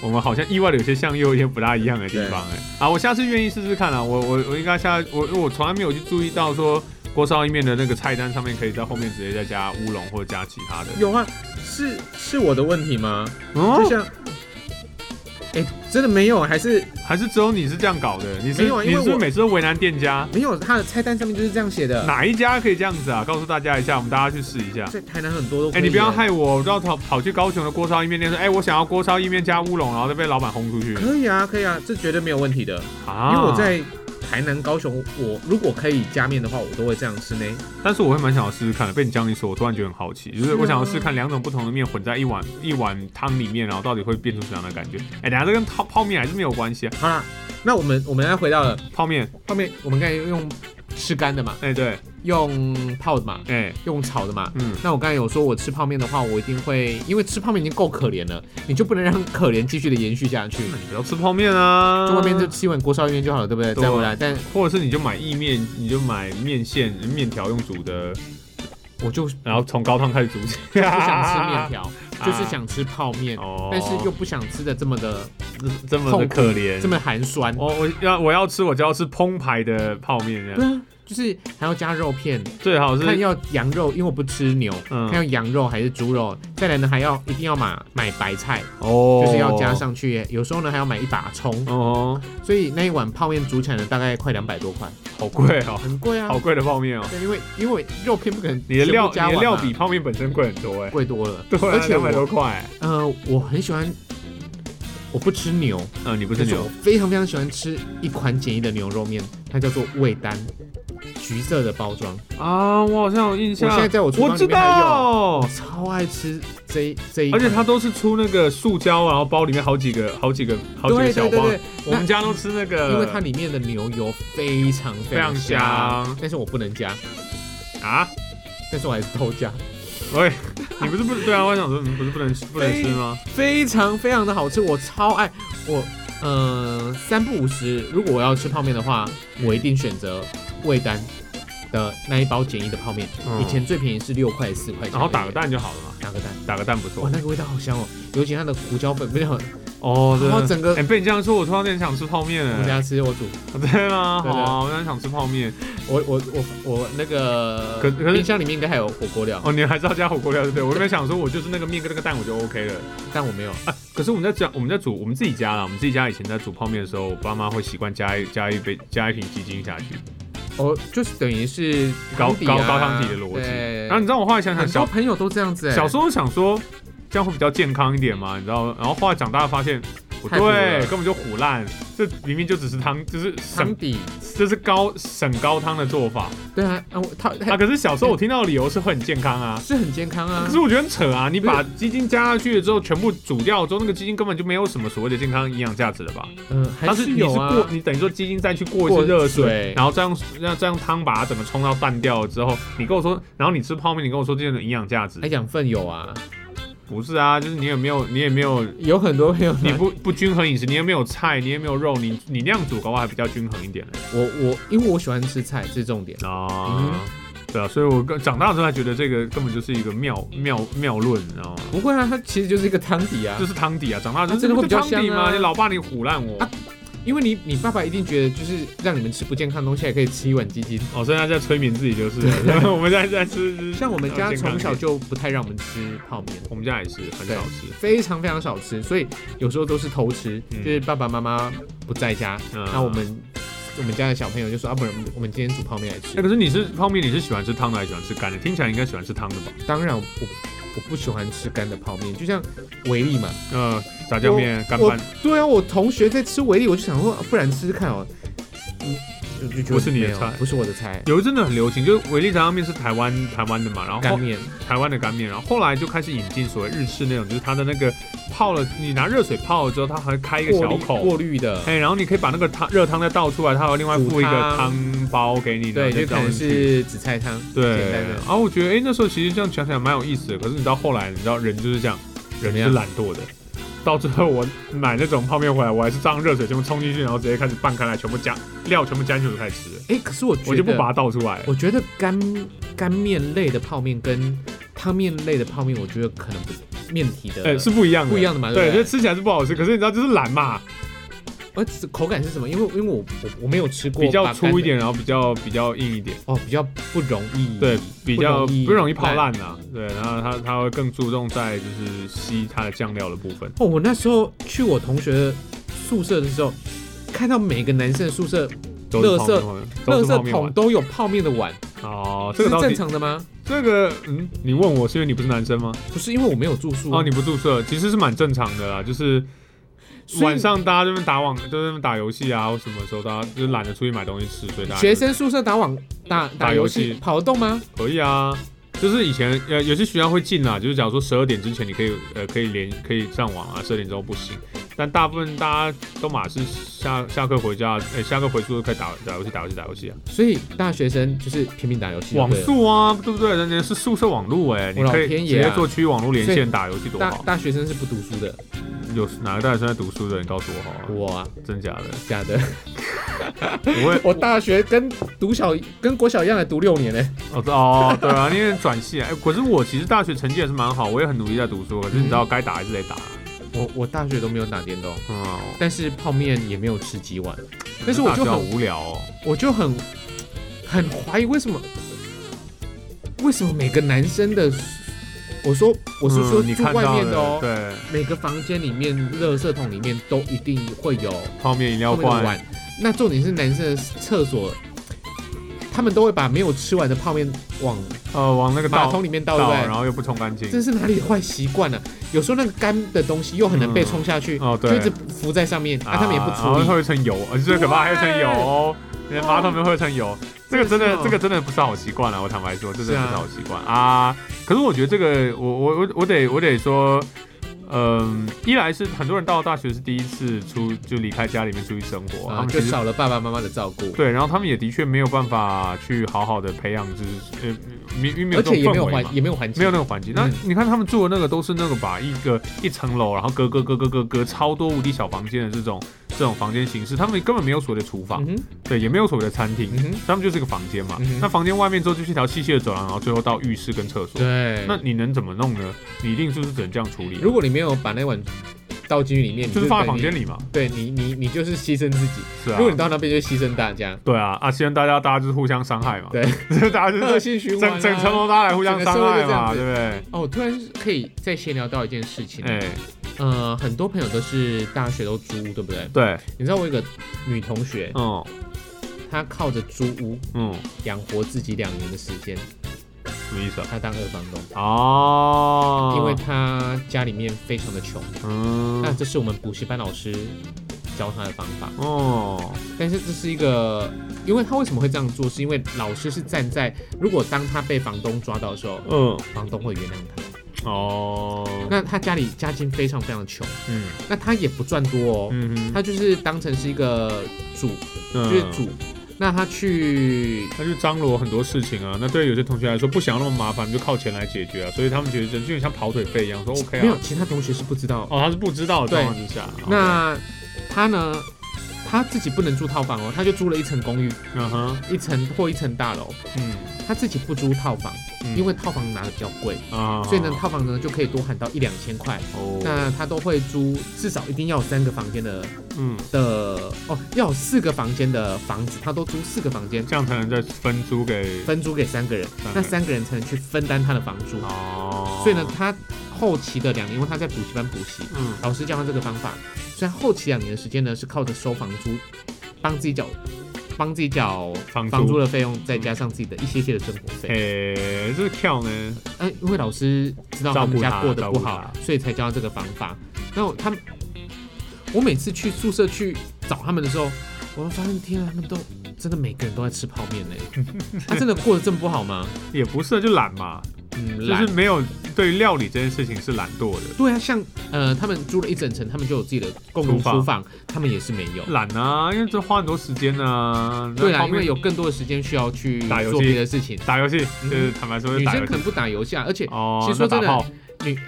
[SPEAKER 1] 我们好像意外的有些像又有一些不大一样的地方哎、啊，我下次愿意试试看啊，我我我应该下我我从来没有去注意到说锅烧意面的那个菜单上面可以在后面直接再加乌龙或者加其他的
[SPEAKER 2] 有啊，是是我的问题吗？
[SPEAKER 1] 哦
[SPEAKER 2] 就像哎、真的没有，还是
[SPEAKER 1] 还是只有你是这样搞的？你是
[SPEAKER 2] 没有啊因
[SPEAKER 1] 你是不
[SPEAKER 2] 为
[SPEAKER 1] 是
[SPEAKER 2] 我
[SPEAKER 1] 每次都为难店家？
[SPEAKER 2] 没有他的菜单上面就是这样写的。
[SPEAKER 1] 哪一家可以这样子啊？告诉大家一下，我们大家去试一下。
[SPEAKER 2] 在台南很多都可
[SPEAKER 1] 哎、
[SPEAKER 2] 以。啊
[SPEAKER 1] 你不要害我，我都要跑跑去高雄的锅烧意面店说，哎、我想要锅烧意面加乌龙，然后再被老板轰出去
[SPEAKER 2] 可以啊，可以啊，这绝对没有问题的。
[SPEAKER 1] 啊！
[SPEAKER 2] 因为我，在台南、高雄，我如果可以加面的话，我都会这样吃呢。
[SPEAKER 1] 但是我会蛮想要试试看的。被你这样一说，我突然觉得很好奇，就是
[SPEAKER 2] 是啊
[SPEAKER 1] 我想要试试看两种不同的面混在一碗一碗汤里面，然后到底会变出什么样的感觉？哎、等一下这跟泡泡面还是没有关系啊。
[SPEAKER 2] 好啦，那我们我们要回到了
[SPEAKER 1] 泡面，
[SPEAKER 2] 泡面，我们刚才用吃干的嘛，
[SPEAKER 1] 哎、对，
[SPEAKER 2] 用泡的嘛，
[SPEAKER 1] 哎、
[SPEAKER 2] 用炒的嘛。
[SPEAKER 1] 嗯，
[SPEAKER 2] 那我刚才有说，我吃泡面的话，我一定会，因为吃泡面已经够可怜了，你就不能让可怜继续的延续下去。
[SPEAKER 1] 那你不要吃泡面啊，
[SPEAKER 2] 就外面就吃一碗锅烧面就好了，对不对？
[SPEAKER 1] 对
[SPEAKER 2] 再回来，但
[SPEAKER 1] 或者是你就买意面，你就买面线、面条用煮的，
[SPEAKER 2] 我就
[SPEAKER 1] 然后从高汤开始煮起。不
[SPEAKER 2] 不想吃面，条，就是想吃泡面，
[SPEAKER 1] 哦，
[SPEAKER 2] 但是又不想吃的这么的
[SPEAKER 1] 这么的可怜，
[SPEAKER 2] 这么寒酸。
[SPEAKER 1] 我我要我要吃，我就要吃烹排的泡面，这
[SPEAKER 2] 对
[SPEAKER 1] 样
[SPEAKER 2] 啊，就是还要加肉片，
[SPEAKER 1] 最好
[SPEAKER 2] 看
[SPEAKER 1] 是
[SPEAKER 2] 要羊肉，因为我不吃牛，
[SPEAKER 1] 嗯
[SPEAKER 2] 看要羊肉还是猪肉。再来呢，还要一定要买买白菜，
[SPEAKER 1] 哦
[SPEAKER 2] 就是要加上去。有时候呢，还要买一把葱。
[SPEAKER 1] 哦，
[SPEAKER 2] 所以那一碗泡面煮起来呢，大概快两百多块，
[SPEAKER 1] 好贵哦，
[SPEAKER 2] 很贵啊
[SPEAKER 1] 好。贵的泡面哦，
[SPEAKER 2] 对，因为因为肉片不可能
[SPEAKER 1] 你的料
[SPEAKER 2] 全部
[SPEAKER 1] 你
[SPEAKER 2] 加完
[SPEAKER 1] 的
[SPEAKER 2] 嘛
[SPEAKER 1] 料比泡面本身贵很多哎，
[SPEAKER 2] 贵多了，
[SPEAKER 1] 对啊，
[SPEAKER 2] 而且
[SPEAKER 1] 两百多
[SPEAKER 2] 我
[SPEAKER 1] 块，
[SPEAKER 2] 呃我很喜欢，我不吃牛，
[SPEAKER 1] 嗯，你不
[SPEAKER 2] 不
[SPEAKER 1] 是牛
[SPEAKER 2] 我非常非常喜欢吃一款简易的牛肉面，它叫做味丹，橘色的包装。
[SPEAKER 1] 啊，我好像有印
[SPEAKER 2] 我现在在我厨
[SPEAKER 1] 我
[SPEAKER 2] 房
[SPEAKER 1] 知
[SPEAKER 2] 里面还有，
[SPEAKER 1] 道
[SPEAKER 2] 我，超爱吃这一这一
[SPEAKER 1] 而
[SPEAKER 2] 款，
[SPEAKER 1] 且它都是出那个塑胶，然后包里面好几个好几个好几个
[SPEAKER 2] 对
[SPEAKER 1] 小
[SPEAKER 2] 对
[SPEAKER 1] 包，
[SPEAKER 2] 对
[SPEAKER 1] 我们家都吃那
[SPEAKER 2] 对，
[SPEAKER 1] 个，
[SPEAKER 2] 因为它里面的牛油非常
[SPEAKER 1] 非
[SPEAKER 2] 非常
[SPEAKER 1] 常香
[SPEAKER 2] 但是我不能加，
[SPEAKER 1] 啊，
[SPEAKER 2] 但是我还是偷加，
[SPEAKER 1] 喂，你不是不对啊？我想说，你不是不能吃不能吃吗？
[SPEAKER 2] 非常非常的好吃，我超爱我。呃，三不五十，如果我要吃泡面的话，我一定选择味丹的那一包简易的泡面。
[SPEAKER 1] 嗯
[SPEAKER 2] 以前最便宜是六块四块钱，
[SPEAKER 1] 然后打个，蛋就好了嘛，
[SPEAKER 2] 打个蛋，
[SPEAKER 1] 打个蛋不错。
[SPEAKER 2] 哇，那个味道好香哦，尤其它的胡椒粉，不是很
[SPEAKER 1] 哦，对
[SPEAKER 2] 然后整个
[SPEAKER 1] 哎、被你这样说，我突然有点想吃泡面
[SPEAKER 2] 我们
[SPEAKER 1] 了。
[SPEAKER 2] 家吃我煮，
[SPEAKER 1] 对吗？
[SPEAKER 2] 对对
[SPEAKER 1] 好，我有点想吃泡面。
[SPEAKER 2] 我我我我那个
[SPEAKER 1] 可可是
[SPEAKER 2] 冰箱里面应该还有火锅料，
[SPEAKER 1] 哦，你还是要加火锅料，对不对？我原本想说，我就是那个面跟那个蛋，我就 OK 了。
[SPEAKER 2] 但我没有。
[SPEAKER 1] 啊，可是我们在讲，我们在煮，我们自己家啦，我们自己家以前在煮泡面的时候，我爸妈会习惯加一加一杯加一瓶鸡精下去，
[SPEAKER 2] 哦，就是等于是
[SPEAKER 1] 高
[SPEAKER 2] 汤底
[SPEAKER 1] 高
[SPEAKER 2] 啊
[SPEAKER 1] 高汤底的逻辑。
[SPEAKER 2] 对
[SPEAKER 1] 然后你知道我后来想想，
[SPEAKER 2] 很多
[SPEAKER 1] 小
[SPEAKER 2] 朋友都这样子哎，
[SPEAKER 1] 小时候想说这样会比较健康一点嘛，你知道？然后后来长大发现，不
[SPEAKER 2] 太糊了
[SPEAKER 1] 对，根本就唬烂，这明明就只是汤，就是
[SPEAKER 2] 汤
[SPEAKER 1] 省，
[SPEAKER 2] 底，
[SPEAKER 1] 这是高省高汤的做 法
[SPEAKER 2] 对啊，啊我它
[SPEAKER 1] 啊。
[SPEAKER 2] 它
[SPEAKER 1] 可是小时候我听到的理由是会很健康啊。
[SPEAKER 2] 是很健康啊
[SPEAKER 1] 可是，我觉得很扯啊！你把鸡精加下去了之后，全部煮掉之后，那个鸡精根本就没有什么所谓的健康营养价值了吧？
[SPEAKER 2] 嗯，
[SPEAKER 1] 它
[SPEAKER 2] 还
[SPEAKER 1] 是你是
[SPEAKER 2] 有啊
[SPEAKER 1] 过，，你等于说鸡精再去过一
[SPEAKER 2] 过
[SPEAKER 1] 次热水
[SPEAKER 2] 水，
[SPEAKER 1] 然后再用让这样汤把它整个冲到淡掉了之后，你跟我说，然后你吃泡面，你跟我说这种营养价值
[SPEAKER 2] 还养分有啊，
[SPEAKER 1] 不是啊？就是你也没有，你也没有
[SPEAKER 2] 有很多朋友
[SPEAKER 1] 你不不均衡饮食，你也没有菜，你也没有肉，你你那样煮搞不好还比较均衡一点
[SPEAKER 2] 我我因为我喜欢吃菜，这是重点。
[SPEAKER 1] 啊。对啊，所以我更长大之后才觉得这个根本就是一个妙妙妙论，你知道吗？
[SPEAKER 2] 不会啊，它其实就是一个汤底啊
[SPEAKER 1] 就，是汤底啊，长大之后
[SPEAKER 2] 啊真的
[SPEAKER 1] 就
[SPEAKER 2] 会比较
[SPEAKER 1] 汤底
[SPEAKER 2] 香
[SPEAKER 1] 嘛，
[SPEAKER 2] 啊
[SPEAKER 1] 你老爸你唬烂我
[SPEAKER 2] 啊。因为你你爸爸一定觉得就是让你们吃不健康的东西，还可以吃一碗鸡精。
[SPEAKER 1] 哦，所以他在催眠自己就是， 我们在在吃，
[SPEAKER 2] 像我们
[SPEAKER 1] 要
[SPEAKER 2] 家
[SPEAKER 1] 健康
[SPEAKER 2] 从
[SPEAKER 1] 一
[SPEAKER 2] 小
[SPEAKER 1] 点
[SPEAKER 2] 就不太让我们吃泡面，
[SPEAKER 1] 我们家也是很
[SPEAKER 2] 对
[SPEAKER 1] 少吃，
[SPEAKER 2] 非常非常少吃，所以有时候都是偷吃，
[SPEAKER 1] 嗯
[SPEAKER 2] 就是爸爸妈妈不在家，
[SPEAKER 1] 嗯
[SPEAKER 2] 那我们我们家的小朋友就说啊，不然我们我们今天煮泡面来
[SPEAKER 1] 哎、
[SPEAKER 2] 吃。
[SPEAKER 1] 可是你是泡面，你是喜欢吃汤的还是喜欢吃干的？听起来应该喜欢吃汤的吧？
[SPEAKER 2] 当然我我不喜欢吃干的泡面，就像维力嘛，
[SPEAKER 1] 呃，炸酱面、干
[SPEAKER 2] 我
[SPEAKER 1] 拌，
[SPEAKER 2] 对啊，我同学在吃维力，我就想说，啊不然试试看哦。嗯，就就觉得
[SPEAKER 1] 不是你的
[SPEAKER 2] 没有
[SPEAKER 1] 菜
[SPEAKER 2] 不是我的菜，
[SPEAKER 1] 有一阵子很流行，就是维力炸酱面是台湾台湾的嘛，然后后
[SPEAKER 2] 干面
[SPEAKER 1] 台湾的干面，然后后来就开始引进所谓日式那种，就是它的那个泡了，你拿热水泡了之后，它还会开一个
[SPEAKER 2] 过
[SPEAKER 1] 小
[SPEAKER 2] 滤
[SPEAKER 1] 口，
[SPEAKER 2] 过滤的，
[SPEAKER 1] 哎、然后你可以把那个汤热汤再倒出来，它还有另外附一个
[SPEAKER 2] 煮汤
[SPEAKER 1] 汤包给你，
[SPEAKER 2] 对，
[SPEAKER 1] 然后再
[SPEAKER 2] 就可
[SPEAKER 1] 倒
[SPEAKER 2] 能
[SPEAKER 1] 进去
[SPEAKER 2] 是紫菜汤，
[SPEAKER 1] 对
[SPEAKER 2] 简单。的
[SPEAKER 1] 然后我觉得，哎、那时候其实这样想起来蛮有意思的。可是你知道后来，你知道人就是这样，人
[SPEAKER 2] 怎么
[SPEAKER 1] 是
[SPEAKER 2] 样
[SPEAKER 1] 懒惰的。到最后我买那种泡面回来，我还是这样热水全部冲进去，然后直接开始拌开来，全部加料，全部加进去我就开 始吃了，
[SPEAKER 2] 哎，可是我觉得
[SPEAKER 1] 我就不把它倒出来了。
[SPEAKER 2] 我觉得干干面类的泡面跟汤面类的泡面，我觉得可能不面体的，
[SPEAKER 1] 哎、是不一样的，
[SPEAKER 2] 不一样的嘛
[SPEAKER 1] 对，
[SPEAKER 2] 对不
[SPEAKER 1] 就
[SPEAKER 2] 对
[SPEAKER 1] 吃起来是不好吃。可是你知道，就是懒嘛，
[SPEAKER 2] 呃，这口感是什么？因为因为我我我没有吃过
[SPEAKER 1] 比较
[SPEAKER 2] 把干的
[SPEAKER 1] 粗一点，然后比较比较硬一点，
[SPEAKER 2] 哦，比较不容易
[SPEAKER 1] 对，比较
[SPEAKER 2] 不容易
[SPEAKER 1] 不容易泡烂啊。对，然后它它会更注重在就是吸它的酱料的部分。
[SPEAKER 2] 哦，我那时候去我同学的宿舍的时候，看到每个男生的宿舍
[SPEAKER 1] 都是
[SPEAKER 2] 垃圾
[SPEAKER 1] 泡面都
[SPEAKER 2] 垃
[SPEAKER 1] 是泡
[SPEAKER 2] 圾
[SPEAKER 1] 面
[SPEAKER 2] 桶
[SPEAKER 1] 碗
[SPEAKER 2] 都有泡面的碗，
[SPEAKER 1] 哦，这个
[SPEAKER 2] 这是
[SPEAKER 1] 到
[SPEAKER 2] 正
[SPEAKER 1] 底
[SPEAKER 2] 常的吗？
[SPEAKER 1] 这个嗯，你问我是因为你不是男生吗？
[SPEAKER 2] 不是，因为我没有住宿
[SPEAKER 1] 哦，你不注册，其实是蛮正常的啦，就是
[SPEAKER 2] 所以
[SPEAKER 1] 晚上大家这边打网，就在那边打游戏啊，或什么的时候大家就懒得出去买东西吃，所以大家
[SPEAKER 2] 学生宿舍打网打
[SPEAKER 1] 打
[SPEAKER 2] 打
[SPEAKER 1] 游
[SPEAKER 2] 游
[SPEAKER 1] 戏
[SPEAKER 2] 戏跑得动吗？
[SPEAKER 1] 可以啊。就是以前呃有些学校会禁啊，就是假如说十二点之前你可以呃可以连可以上网啊，十二点之后不行。但大部分大家都马是下下课回家，呃下课回宿舍开始打打游戏打游戏打游戏啊，
[SPEAKER 2] 所以大学生就是拼命打游戏，
[SPEAKER 1] 网
[SPEAKER 2] 对不对
[SPEAKER 1] 速啊，对不对？人家是宿舍网络哎、你
[SPEAKER 2] 我老
[SPEAKER 1] 可以直
[SPEAKER 2] 天爷啊
[SPEAKER 1] 接做区域网络连
[SPEAKER 2] 所以
[SPEAKER 1] 线打游戏多
[SPEAKER 2] 大
[SPEAKER 1] 好。
[SPEAKER 2] 大学生是不读书的，
[SPEAKER 1] 有哪个大学生在读书的？你告诉我好啊，
[SPEAKER 2] 我啊，
[SPEAKER 1] 真假的？
[SPEAKER 2] 假的，
[SPEAKER 1] 我会
[SPEAKER 2] 我大学跟读小跟国小一样，还读六年呢、
[SPEAKER 1] 哦哦，对啊，因为转系啊。哎、可是我其实大学成绩也是蛮好，我也很努力在读书。可是你知
[SPEAKER 2] 嗯
[SPEAKER 1] 道该打还是得打。
[SPEAKER 2] 我我大学都没有打电动，
[SPEAKER 1] 嗯，
[SPEAKER 2] 但是泡面也没有吃几碗，但是我
[SPEAKER 1] 大
[SPEAKER 2] 就
[SPEAKER 1] 学好
[SPEAKER 2] 很
[SPEAKER 1] 无聊哦。
[SPEAKER 2] 我就很很怀疑为什么为什么每个男生的，我说我是说
[SPEAKER 1] 嗯你
[SPEAKER 2] 住
[SPEAKER 1] 看
[SPEAKER 2] 外
[SPEAKER 1] 到
[SPEAKER 2] 面的哦
[SPEAKER 1] 了，对，
[SPEAKER 2] 每个房间里面、垃圾桶里面都一定会有
[SPEAKER 1] 泡面一定要
[SPEAKER 2] 泡面的
[SPEAKER 1] 换。
[SPEAKER 2] 碗。那重点是男生的厕所，他们都会把没有吃完的泡面往
[SPEAKER 1] 呃，往那个
[SPEAKER 2] 马
[SPEAKER 1] 倒
[SPEAKER 2] 桶里面倒，对
[SPEAKER 1] 倒，
[SPEAKER 2] 不对
[SPEAKER 1] 然？后又不冲干净。
[SPEAKER 2] 这是哪里的坏习惯呢？有时候那个干的东西又很难被冲下去，
[SPEAKER 1] 哦，
[SPEAKER 2] 就一直
[SPEAKER 1] 对。
[SPEAKER 2] 浮在上面，啊，他们也不
[SPEAKER 1] 然后
[SPEAKER 2] 处
[SPEAKER 1] 哦会
[SPEAKER 2] 理。
[SPEAKER 1] 有一层油，而且最可怕还有一层油哦，
[SPEAKER 2] 对
[SPEAKER 1] 马桶里面会有一层油。这个真的
[SPEAKER 2] 真的是哦，
[SPEAKER 1] 这个真的不是好习惯了。我坦白说，这真的不
[SPEAKER 2] 是
[SPEAKER 1] 是
[SPEAKER 2] 啊
[SPEAKER 1] 好习惯啊。可是我觉得这个，我我我我得我得说，嗯，一来是很多人到大学是第一次出就离开家里面出去生活，他
[SPEAKER 2] 啊，
[SPEAKER 1] 们
[SPEAKER 2] 就
[SPEAKER 1] 其实
[SPEAKER 2] 少了爸爸妈妈的照顾，
[SPEAKER 1] 对，然后他们也的确没有办法去好好的培养，就是呃，没因为没有
[SPEAKER 2] 而
[SPEAKER 1] 这种
[SPEAKER 2] 且也没有
[SPEAKER 1] 氛围嘛
[SPEAKER 2] 环，。也没有环境，
[SPEAKER 1] 没有那个环境。那
[SPEAKER 2] 嗯
[SPEAKER 1] 你看他们住的那个都是那个把一个一层楼，然后隔隔隔隔隔隔超多无敌小房间的这种这种房间形式，他们根本没有所谓的厨房，
[SPEAKER 2] 嗯哼
[SPEAKER 1] 对，也没有所谓的餐厅，
[SPEAKER 2] 嗯哼，
[SPEAKER 1] 他们就是个房间嘛
[SPEAKER 2] 嗯。哼
[SPEAKER 1] 那房间外面之后就是一条细细的走廊，然后最后到浴室跟厕所。
[SPEAKER 2] 对。
[SPEAKER 1] 那你能怎么弄呢？你一定就是只能这样处理，啊
[SPEAKER 2] 如果你没有把那碗倒进去里面，你
[SPEAKER 1] 就是放在
[SPEAKER 2] 等
[SPEAKER 1] 房
[SPEAKER 2] 于
[SPEAKER 1] 间。里嘛。
[SPEAKER 2] 对你，你你就是牺牲自己。
[SPEAKER 1] 是啊
[SPEAKER 2] 如，果你到那边，就牺牲大家。
[SPEAKER 1] 对啊，啊，现在大家大家就是互相伤害嘛，
[SPEAKER 2] 对，
[SPEAKER 1] 就是大家就
[SPEAKER 2] 恶
[SPEAKER 1] 是
[SPEAKER 2] 性循环、啊。
[SPEAKER 1] 啊整整层楼大家来互相
[SPEAKER 2] 整个
[SPEAKER 1] 伤
[SPEAKER 2] 社会
[SPEAKER 1] 害
[SPEAKER 2] 就这样
[SPEAKER 1] 嘛，
[SPEAKER 2] 子
[SPEAKER 1] 对不对？
[SPEAKER 2] 哦，我突然可以再闲聊到一件事情。
[SPEAKER 1] 哎，
[SPEAKER 2] 呃，很多朋友都是大学都租屋，对不对？
[SPEAKER 1] 对，
[SPEAKER 2] 你知道我有个女同学，
[SPEAKER 1] 嗯
[SPEAKER 2] 她靠着租屋
[SPEAKER 1] 嗯，
[SPEAKER 2] 养活自己两年的时间，
[SPEAKER 1] 什么意思啊？
[SPEAKER 2] 她当二房东，
[SPEAKER 1] 哦，
[SPEAKER 2] 因为她家里面非常的穷。
[SPEAKER 1] 嗯，
[SPEAKER 2] 那这是我们补习班老师教她的方法。
[SPEAKER 1] 哦，
[SPEAKER 2] 但是这是一个，因为他为什么会这样做，是因为老师是站在，如果当他被房东抓到的时候，
[SPEAKER 1] 嗯，
[SPEAKER 2] 房东会原谅他。
[SPEAKER 1] 哦，
[SPEAKER 2] 那他家里家境非常非常穷，
[SPEAKER 1] 嗯
[SPEAKER 2] 那他也不赚多哦，
[SPEAKER 1] 嗯哼，
[SPEAKER 2] 他就是当成是一个主，
[SPEAKER 1] 嗯
[SPEAKER 2] 就是主。那他去，
[SPEAKER 1] 他就张罗很多事情啊。那对有些同学来说，不想要那么麻烦，就靠钱来解决啊。所以他们觉得就有点像跑腿费一样，说 OK
[SPEAKER 2] 没有
[SPEAKER 1] 啊。，
[SPEAKER 2] 其他同学是不知道。
[SPEAKER 1] 哦，他是不知道的
[SPEAKER 2] 对
[SPEAKER 1] 状况之下，
[SPEAKER 2] 那他呢，他自己不能住套房哦，他就租了一层公寓，
[SPEAKER 1] OK 嗯哼，
[SPEAKER 2] 一层或一层大楼，
[SPEAKER 1] 嗯
[SPEAKER 2] 他自己不租套房，
[SPEAKER 1] 嗯
[SPEAKER 2] 因为套房拿的比较贵，
[SPEAKER 1] 啊，
[SPEAKER 2] 所以呢，套房呢就可以多喊到一两千块。
[SPEAKER 1] 哦，
[SPEAKER 2] 那他都会租，至少一定要有三个房间的
[SPEAKER 1] 嗯，
[SPEAKER 2] 的哦，要有四个房间的房子，他都租四个房间，
[SPEAKER 1] 这样才能再分租给
[SPEAKER 2] 分租给三个人，
[SPEAKER 1] 三个人
[SPEAKER 2] 那三个人才能去分担他的房租。
[SPEAKER 1] 嗯哦，
[SPEAKER 2] 所以呢，，他后期的两年，因为他在补习班补习，
[SPEAKER 1] 嗯
[SPEAKER 2] 老师教他这个方法，所以他后期两年的时间呢，是靠着收房租，帮自己缴，帮自己缴
[SPEAKER 1] 房租
[SPEAKER 2] 房租的费用，再加上自己的一些些的生活费。
[SPEAKER 1] 诶，这个跳呢，
[SPEAKER 2] 哎，因为老师知道他们
[SPEAKER 1] 照
[SPEAKER 2] 家
[SPEAKER 1] 顾他
[SPEAKER 2] 过得不
[SPEAKER 1] 照
[SPEAKER 2] 好
[SPEAKER 1] 顾，
[SPEAKER 2] 所以才教他这个方法。那我他们，我每次去宿舍去找他们的时候，我会发现，天啊，他们都真的每个人都在吃泡面呢。 他真的过得这么不好吗？
[SPEAKER 1] 也不是就懒嘛，
[SPEAKER 2] 嗯，
[SPEAKER 1] 就
[SPEAKER 2] 懒
[SPEAKER 1] 是。没有对于料理这件事情是懒惰的，
[SPEAKER 2] 对啊，像呃，他们租了一整层，他们就有自己的共同
[SPEAKER 1] 厨房
[SPEAKER 2] 书房，他们也是没有。
[SPEAKER 1] 懒啊，因为这花很多时间啊。
[SPEAKER 2] 对
[SPEAKER 1] 那
[SPEAKER 2] 啊，
[SPEAKER 1] 方
[SPEAKER 2] 因
[SPEAKER 1] 面
[SPEAKER 2] 为有更多的时间需要去
[SPEAKER 1] 打游戏
[SPEAKER 2] 做别的事情。
[SPEAKER 1] 打游戏，就
[SPEAKER 2] 嗯
[SPEAKER 1] 是坦白说，
[SPEAKER 2] 女
[SPEAKER 1] 打
[SPEAKER 2] 生
[SPEAKER 1] 游
[SPEAKER 2] 可
[SPEAKER 1] 戏
[SPEAKER 2] 能不打游戏啊，而且
[SPEAKER 1] 哦，
[SPEAKER 2] 其实说
[SPEAKER 1] 那打
[SPEAKER 2] 真的
[SPEAKER 1] 炮，
[SPEAKER 2] 女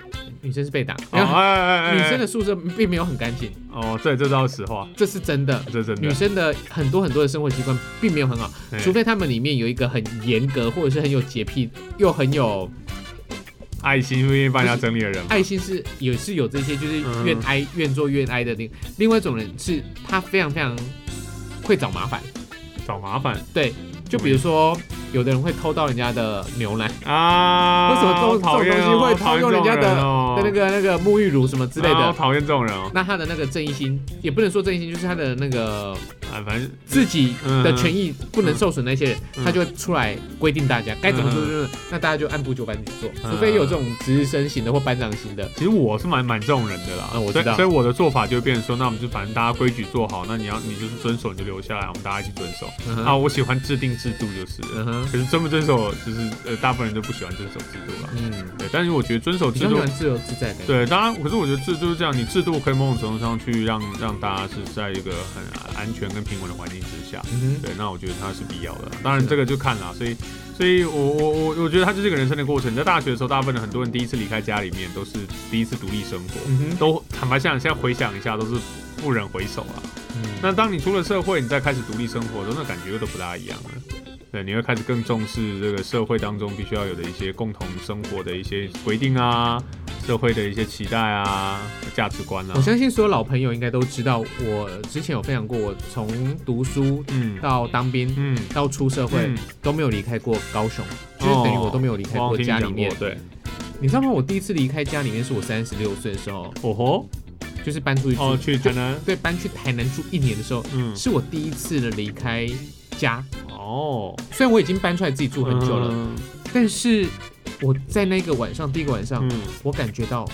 [SPEAKER 2] 女生是被打，
[SPEAKER 1] 哦，哎哎哎，
[SPEAKER 2] 女生的
[SPEAKER 1] 的
[SPEAKER 2] 宿舍并没有很干净，
[SPEAKER 1] 哦，对，这倒是实话，
[SPEAKER 2] 这是真的。
[SPEAKER 1] 这真的
[SPEAKER 2] 女，生的很多很多的生活习惯并没有很好，
[SPEAKER 1] 哎
[SPEAKER 2] 除非她们里面有一个很严格或者是很有洁癖又很有
[SPEAKER 1] 爱心会愿意帮人家整理的人吗？
[SPEAKER 2] 爱心是也是有这些，就是
[SPEAKER 1] 嗯
[SPEAKER 2] 愿挨、愿做愿挨的那个。另外一种人是他非常非常会找麻烦，
[SPEAKER 1] 找麻烦
[SPEAKER 2] 对，就比如说有的人会偷到人家的牛奶、
[SPEAKER 1] 啊！
[SPEAKER 2] 为什么这种
[SPEAKER 1] 讨厌
[SPEAKER 2] 这种东
[SPEAKER 1] 哦
[SPEAKER 2] 西会
[SPEAKER 1] 讨厌
[SPEAKER 2] 偷用人家的
[SPEAKER 1] 这种哦
[SPEAKER 2] 那个那个沐浴乳什么之类的。
[SPEAKER 1] 啊讨厌这种人哦。
[SPEAKER 2] 那他的那个正义心也不能说正义心，就是他的那个
[SPEAKER 1] 啊，反正
[SPEAKER 2] 自己的
[SPEAKER 1] 嗯
[SPEAKER 2] 权益不能受损那些人，
[SPEAKER 1] 嗯
[SPEAKER 2] 他就会出来规定大家该怎么做，
[SPEAKER 1] 嗯
[SPEAKER 2] 就是那大家就按部就班去做，
[SPEAKER 1] 嗯
[SPEAKER 2] 除非有这种值日生型的或班长型的。
[SPEAKER 1] 其实我是蛮蛮这种人的啦，
[SPEAKER 2] 嗯我
[SPEAKER 1] 所以
[SPEAKER 2] 知道
[SPEAKER 1] 所以我的做法就变成说，那我们就反正大家规矩做好，那你要你就是遵守你就留下来，我们大家一起遵守。
[SPEAKER 2] 嗯
[SPEAKER 1] 啊，
[SPEAKER 2] 哼，
[SPEAKER 1] 我喜欢制定制度就是了，
[SPEAKER 2] 嗯哼，
[SPEAKER 1] 可是遵不遵守就是呃，大部分人都不喜欢遵守制度啦。
[SPEAKER 2] 嗯，
[SPEAKER 1] 对，但是我觉得遵守
[SPEAKER 2] 比
[SPEAKER 1] 制
[SPEAKER 2] 较喜
[SPEAKER 1] 度
[SPEAKER 2] 欢，自由自在的感觉。
[SPEAKER 1] 对，当然，可是我觉得制度是这样，你制度可以某种程度上去让让大家是在一个很安全跟平稳的环境之下。
[SPEAKER 2] 嗯哼，
[SPEAKER 1] 对，那我觉得它是必要的啦。啊当然，这个就看啦，所以，所以我我我我觉得它就是一个人生的过程。你在大学的时候，大部分的很多人第一次离开家里面，都是第一次独立生活，
[SPEAKER 2] 嗯哼，
[SPEAKER 1] 都坦白讲，现在回想一下，都是不忍回首啊。
[SPEAKER 2] 嗯
[SPEAKER 1] 那当你出了社会，你再开始独立生活的时候，那感觉又都不大一样了。对，你会开始更重视这个社会当中必须要有的一些共同生活的一些规定啊，社会的一些期待啊、价值观啊
[SPEAKER 2] 我。相信所有老朋友应该都知道，我之前有分享过，我从读书
[SPEAKER 1] 嗯
[SPEAKER 2] 到当兵
[SPEAKER 1] 嗯，
[SPEAKER 2] 到出社会
[SPEAKER 1] 嗯哦
[SPEAKER 2] 都没有离开过高雄，就是等于我都没有离开
[SPEAKER 1] 我好
[SPEAKER 2] 过
[SPEAKER 1] 像听
[SPEAKER 2] 家
[SPEAKER 1] 你
[SPEAKER 2] 里
[SPEAKER 1] 讲
[SPEAKER 2] 面
[SPEAKER 1] 过，。对，
[SPEAKER 2] 你知道吗？我第一次离开家里面是我三十六岁的时候，
[SPEAKER 1] 哦吼，
[SPEAKER 2] 就是搬出去住，
[SPEAKER 1] 哦，去台南，
[SPEAKER 2] 对，搬去台南住一年的时候，
[SPEAKER 1] 嗯，
[SPEAKER 2] 是我第一次的离开家。
[SPEAKER 1] 哦，
[SPEAKER 2] 虽然我已经搬出来自己住很久了，
[SPEAKER 1] 嗯
[SPEAKER 2] 但是我在那个晚上，第一个晚上，
[SPEAKER 1] 嗯，
[SPEAKER 2] 我感觉到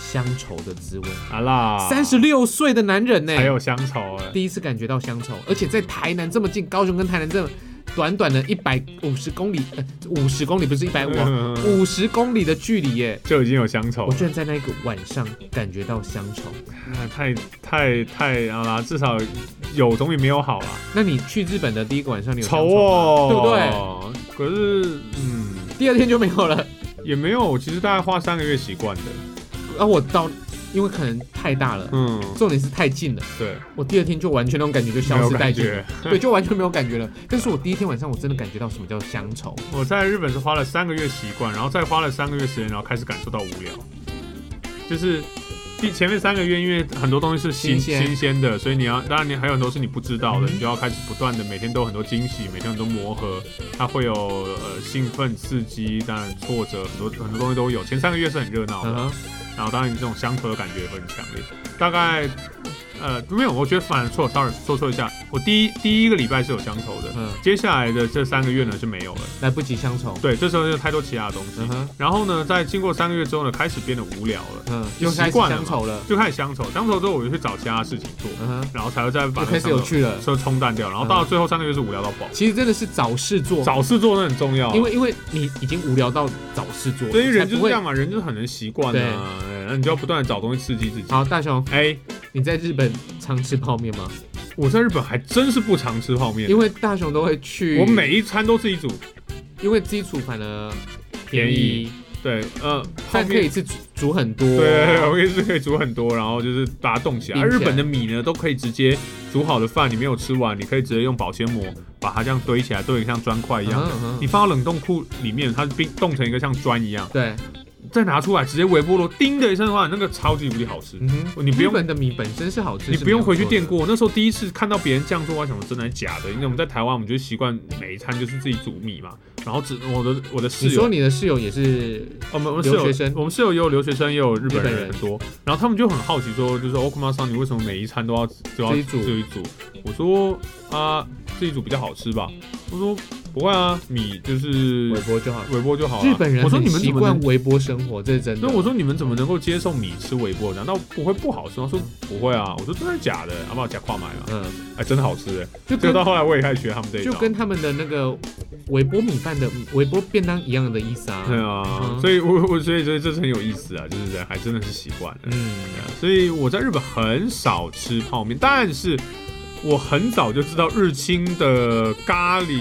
[SPEAKER 2] 乡愁的滋味。
[SPEAKER 1] 啊啦，
[SPEAKER 2] 三十六岁的男人呢、欸
[SPEAKER 1] 还有乡愁哎，
[SPEAKER 2] 第一次感觉到乡愁，而且在台南这么近，高雄跟台南这么短短的一百五十公里，呃五、十公里不是一百五，
[SPEAKER 1] 嗯
[SPEAKER 2] 五十公里的距离耶、
[SPEAKER 1] 就已经有乡愁
[SPEAKER 2] 我
[SPEAKER 1] 了，
[SPEAKER 2] 居然在那个晚上感觉到乡愁。
[SPEAKER 1] 啊太太太啊啦，至少有总比没有好啦。
[SPEAKER 2] 那你去日本的第一个晚上，你有乡
[SPEAKER 1] 丑
[SPEAKER 2] 吗
[SPEAKER 1] 哦，对不对？可是，嗯，
[SPEAKER 2] 第二天就没有了。
[SPEAKER 1] 也没有，其实大概花三个月习惯的，
[SPEAKER 2] 然后啊我到，因为可能太大了，
[SPEAKER 1] 嗯，
[SPEAKER 2] 重点是太近了，
[SPEAKER 1] 对，
[SPEAKER 2] 我第二天就完全那种感觉就
[SPEAKER 1] 没
[SPEAKER 2] 消
[SPEAKER 1] 有
[SPEAKER 2] 失殆
[SPEAKER 1] 感
[SPEAKER 2] 尽，
[SPEAKER 1] 觉。
[SPEAKER 2] 对，就完全没有感觉了。但是我第一天晚上我真的感觉到什么叫乡愁，
[SPEAKER 1] 我在日本是花了三个月习惯，然后再花了三个月时间，然后开始感受到无聊，就是。第前面三个月，因为很多东西是新
[SPEAKER 2] 新鲜
[SPEAKER 1] 新鲜的，所以你要，当然你还有很多是你不知道的，
[SPEAKER 2] 嗯
[SPEAKER 1] 你就要开始不断的每天都有很多惊喜，每天很多磨合，它会有呃兴奋、刺激，当然挫折，很多很多东西都有。前三个月是很热闹的，
[SPEAKER 2] 嗯哼，
[SPEAKER 1] 然后当然这种乡愁的感觉也会很强烈。大概呃没有，我觉得反而错，sorry，说错一下，我第一第一个礼拜是有乡愁的，
[SPEAKER 2] 嗯，
[SPEAKER 1] 接下来的这三个月呢是没有了。
[SPEAKER 2] 来不及乡愁，
[SPEAKER 1] 对，这时候就太多其他的东西。
[SPEAKER 2] 嗯哼，
[SPEAKER 1] 然后呢，在经过三个月之后呢，开始变得无聊了，
[SPEAKER 2] 嗯，
[SPEAKER 1] 就
[SPEAKER 2] 又开
[SPEAKER 1] 习
[SPEAKER 2] 始
[SPEAKER 1] 惯了
[SPEAKER 2] 乡愁了，
[SPEAKER 1] 就开始乡愁。乡愁之后，我就去找其他事情做，
[SPEAKER 2] 嗯哼，
[SPEAKER 1] 然后才会再把那个
[SPEAKER 2] 又开始
[SPEAKER 1] 乡
[SPEAKER 2] 有
[SPEAKER 1] 愁
[SPEAKER 2] 趣了。
[SPEAKER 1] 说冲淡掉。然后到了最后三个月是无聊到爆，
[SPEAKER 2] 其实真的是找事做，
[SPEAKER 1] 找事做那很重要，啊
[SPEAKER 2] 因为因为你已经无聊到找事做，
[SPEAKER 1] 所以人就
[SPEAKER 2] 才不
[SPEAKER 1] 是这
[SPEAKER 2] 会
[SPEAKER 1] 样。嘛，人就是很能习惯啊，哎那你就要不断的找东西刺激自己。
[SPEAKER 2] 好，大雄，
[SPEAKER 1] 哎，
[SPEAKER 2] 你在日本常吃泡面吗？
[SPEAKER 1] 我在日本还真是不常吃泡面
[SPEAKER 2] 因，为大雄都会去，
[SPEAKER 1] 我每一餐都自己煮。
[SPEAKER 2] 因为基础反而
[SPEAKER 1] 便
[SPEAKER 2] 便
[SPEAKER 1] 宜
[SPEAKER 2] 宜，
[SPEAKER 1] 对，呃，泡
[SPEAKER 2] 但可以
[SPEAKER 1] 面
[SPEAKER 2] 一。次煮哦煮很多。
[SPEAKER 1] 对， 我也是可以煮很多，然后就是把它冻起来。
[SPEAKER 2] 冰起
[SPEAKER 1] 日
[SPEAKER 2] 来
[SPEAKER 1] 本的米呢，都可以直接煮好的饭，你没有吃完，你可以直接用保鲜膜把它这样堆起来，堆得像砖块一样。
[SPEAKER 2] 嗯嗯
[SPEAKER 1] 你放到冷冻库里面，它冰冻成一个像砖一样，
[SPEAKER 2] 对，
[SPEAKER 1] 再拿出来直接微波炉，叮的一声的话，那个超级无敌好吃。
[SPEAKER 2] 嗯哼，
[SPEAKER 1] 你不用
[SPEAKER 2] 日本的米本身是好吃，
[SPEAKER 1] 你
[SPEAKER 2] 是
[SPEAKER 1] 不用
[SPEAKER 2] 没有
[SPEAKER 1] 回去
[SPEAKER 2] 错的
[SPEAKER 1] 电。锅。那时候第一次看到别人这样做，我还想说真的还是假的？因为我们在台湾，我们就习惯每一餐就是自己煮米嘛。然后只我的我的室
[SPEAKER 2] 你
[SPEAKER 1] 友
[SPEAKER 2] 说，你的室友也是，
[SPEAKER 1] 我们我们室
[SPEAKER 2] 留
[SPEAKER 1] 友
[SPEAKER 2] 学生
[SPEAKER 1] 我们室友也有留学生，也有日本
[SPEAKER 2] 日本
[SPEAKER 1] 人
[SPEAKER 2] 人
[SPEAKER 1] 很多。然后他们就很好奇说，就是 Okuma 桑，你为什么每一餐都要都要
[SPEAKER 2] 自己煮
[SPEAKER 1] 自己煮？我说啊，自己煮比较好吃吧。他说不会啊，米就是
[SPEAKER 2] 微波就好。
[SPEAKER 1] 微波就好了。啊
[SPEAKER 2] 日本人
[SPEAKER 1] 我说
[SPEAKER 2] 很
[SPEAKER 1] 你们
[SPEAKER 2] 习
[SPEAKER 1] 怎么
[SPEAKER 2] 惯
[SPEAKER 1] 能？
[SPEAKER 2] 微波生活，这是真的。
[SPEAKER 1] 所以我说你们怎么能够接受米吃微波？难道不会不好吃吗？他说不会啊。我说真的假的？阿爸加跨买嘛，
[SPEAKER 2] 嗯，
[SPEAKER 1] 哎，真的好吃哎。
[SPEAKER 2] 就
[SPEAKER 1] 就
[SPEAKER 2] 跟
[SPEAKER 1] 到后来我也开始学他们这一
[SPEAKER 2] 就
[SPEAKER 1] 招。
[SPEAKER 2] 跟他们的那个微波米饭的微波便当一样的意思
[SPEAKER 1] 对
[SPEAKER 2] 啊。
[SPEAKER 1] 啊，
[SPEAKER 2] 嗯
[SPEAKER 1] 所以我我所以所以这是很有意思啊，就是人还真的是习惯了。
[SPEAKER 2] 嗯，
[SPEAKER 1] 所以我在日本很少吃泡面，但是我很早就知道日清的咖喱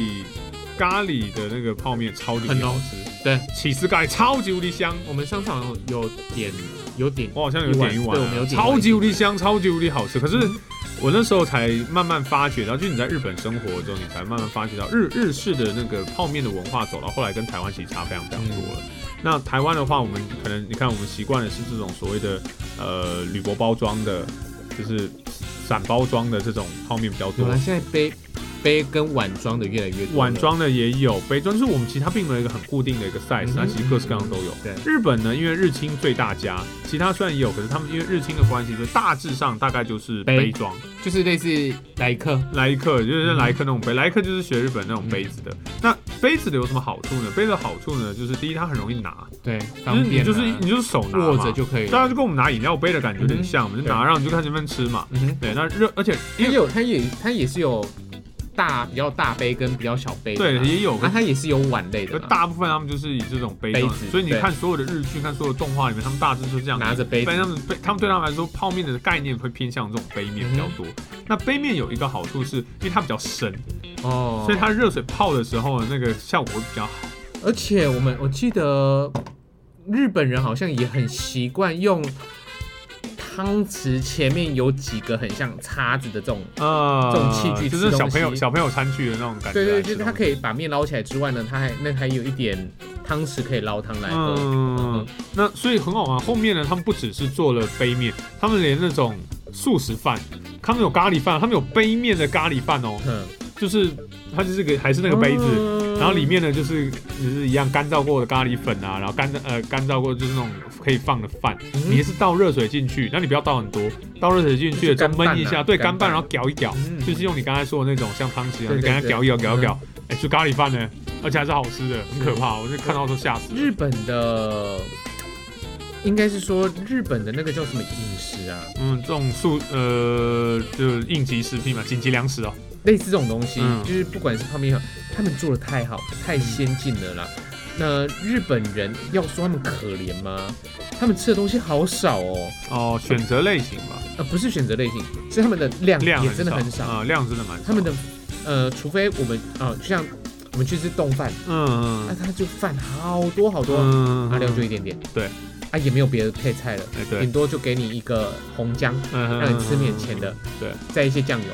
[SPEAKER 1] 咖喱的那个泡面超级
[SPEAKER 2] 很
[SPEAKER 1] 好
[SPEAKER 2] 浓
[SPEAKER 1] 吃，
[SPEAKER 2] 对，
[SPEAKER 1] 起司咖喱超级无敌香。
[SPEAKER 2] 我们商场有点有点
[SPEAKER 1] 我好像有点一
[SPEAKER 2] 一碗
[SPEAKER 1] 碗
[SPEAKER 2] 对我
[SPEAKER 1] 啊
[SPEAKER 2] 们有，点一碗
[SPEAKER 1] 超级无敌香，超级无敌好吃。可是
[SPEAKER 2] 嗯
[SPEAKER 1] 我那时候才慢慢发觉到，就是你在日本生活之
[SPEAKER 2] 嗯
[SPEAKER 1] 后，你才慢慢发觉到日日式的那个泡面的文化走到后来跟台湾其实差非常非常多了。那台湾的话，我们可能你看我们习惯的是这种所谓的呃铝箔包装的，就是散包装的这种泡面比较多
[SPEAKER 2] 有。啦，现在杯杯跟碗装的越来越多了，
[SPEAKER 1] 碗装的也有，杯装就是我们其实它并没有一个很固定的一个 size，
[SPEAKER 2] 嗯哼
[SPEAKER 1] 它其实各式各样都有。
[SPEAKER 2] 对
[SPEAKER 1] 日本呢，因为日清最大家，其他虽然也有，可是他们因为日清的关系，所以大致上大概就是
[SPEAKER 2] 杯
[SPEAKER 1] 杯装。
[SPEAKER 2] 就是类似来客，
[SPEAKER 1] 来客就是来客那种杯，来客就是学日本那种杯子的。
[SPEAKER 2] 嗯
[SPEAKER 1] 那杯子的有什么好处呢？杯子的好处呢，就是第一它很容易拿，
[SPEAKER 2] 对，
[SPEAKER 1] 就是
[SPEAKER 2] 方
[SPEAKER 1] 你
[SPEAKER 2] 便啊
[SPEAKER 1] 就是你就是手拿嘛
[SPEAKER 2] 握着就可以
[SPEAKER 1] 当然
[SPEAKER 2] 了。
[SPEAKER 1] 就跟我们拿饮料杯的感觉有点像，我们就
[SPEAKER 2] 对
[SPEAKER 1] 拿上你就看这边吃嘛。
[SPEAKER 2] 嗯哼，
[SPEAKER 1] 对，那热而且
[SPEAKER 2] 它也有，它也它也是有大比较大杯跟比较小杯的
[SPEAKER 1] 对
[SPEAKER 2] 嘛，啊
[SPEAKER 1] 也有，
[SPEAKER 2] 那它也是有碗类
[SPEAKER 1] 可
[SPEAKER 2] 的嘛，
[SPEAKER 1] 大部分他们就是以这种杯装
[SPEAKER 2] 杯子
[SPEAKER 1] 所以你
[SPEAKER 2] 对
[SPEAKER 1] 看所有的日剧、看所有的动画里面，他们大致就是这样
[SPEAKER 2] 拿着杯
[SPEAKER 1] 杯
[SPEAKER 2] 子，
[SPEAKER 1] 他们杯，他们对他们来说，泡面的概念会偏向这种杯面
[SPEAKER 2] 嗯
[SPEAKER 1] 比较多。那杯面有一个好处是，因为它比较深，
[SPEAKER 2] 哦，
[SPEAKER 1] 所以它热水泡的时候那个效果会比较好。
[SPEAKER 2] 而且我们我记得日本人好像也很习惯用汤匙前面有几个很像叉子的这种，
[SPEAKER 1] 呃，
[SPEAKER 2] 这种器具
[SPEAKER 1] 就是
[SPEAKER 2] 吃东
[SPEAKER 1] 小朋友
[SPEAKER 2] 西
[SPEAKER 1] 小朋友餐具的那种感觉。
[SPEAKER 2] 对对，就是它可
[SPEAKER 1] 以。
[SPEAKER 2] 以把面捞起来之外呢，它还那还有一点汤匙可以捞汤来喝。
[SPEAKER 1] 嗯，那所以很好玩。后面呢，他们不只是做了杯面，他们连那种素食饭，他们有咖喱饭，他们有杯面的咖喱饭哦，
[SPEAKER 2] 嗯，
[SPEAKER 1] 就是它就是个还是那个杯子，
[SPEAKER 2] 嗯
[SPEAKER 1] 然后里面呢就是就是一样干燥过的咖喱粉啊，然后干呃干燥过就是那种可以放的饭，
[SPEAKER 2] 嗯
[SPEAKER 1] 你也是倒热水进去，那你不要倒很多，倒热水进去了之后
[SPEAKER 2] 就是干拌啊
[SPEAKER 1] 焖一下，对，
[SPEAKER 2] 干
[SPEAKER 1] 干
[SPEAKER 2] 拌
[SPEAKER 1] 拌然后搅一搅，
[SPEAKER 2] 嗯
[SPEAKER 1] 就是用你刚才说的那种像汤匙一样，你
[SPEAKER 2] 对对
[SPEAKER 1] 给它
[SPEAKER 2] 对
[SPEAKER 1] 搅一搅搅一搅，哎，就咖喱饭呢，而且还是好吃的，很可怕，我就看到都吓死了。
[SPEAKER 2] 日本的。应该是说日本的那个叫什么饮食啊，
[SPEAKER 1] 嗯，这种素呃就是应急食品嘛，紧急粮食哦。
[SPEAKER 2] 类似这种东西，
[SPEAKER 1] 嗯
[SPEAKER 2] 就是不管是泡面也好，他们做的太好、太先进了啦。那日本人要说他们可怜吗？他们吃的东西好少哦，
[SPEAKER 1] 哦，选择类型吧，
[SPEAKER 2] 呃，不是选择类型，是他们的量
[SPEAKER 1] 量
[SPEAKER 2] 也真的很
[SPEAKER 1] 少
[SPEAKER 2] 少。
[SPEAKER 1] 啊，量真的蛮少。
[SPEAKER 2] 他们的呃，除非我们啊、就像我们去吃冻饭，那、
[SPEAKER 1] 嗯嗯
[SPEAKER 2] 他就饭好多好多，
[SPEAKER 1] 嗯，
[SPEAKER 2] 啊，量就一点点，
[SPEAKER 1] 对，
[SPEAKER 2] 啊，也没有别的配菜了，
[SPEAKER 1] 哎对
[SPEAKER 2] 顶，多就给你一个红姜，
[SPEAKER 1] 嗯
[SPEAKER 2] 让你吃免钱的，
[SPEAKER 1] 对，
[SPEAKER 2] 再一些酱油。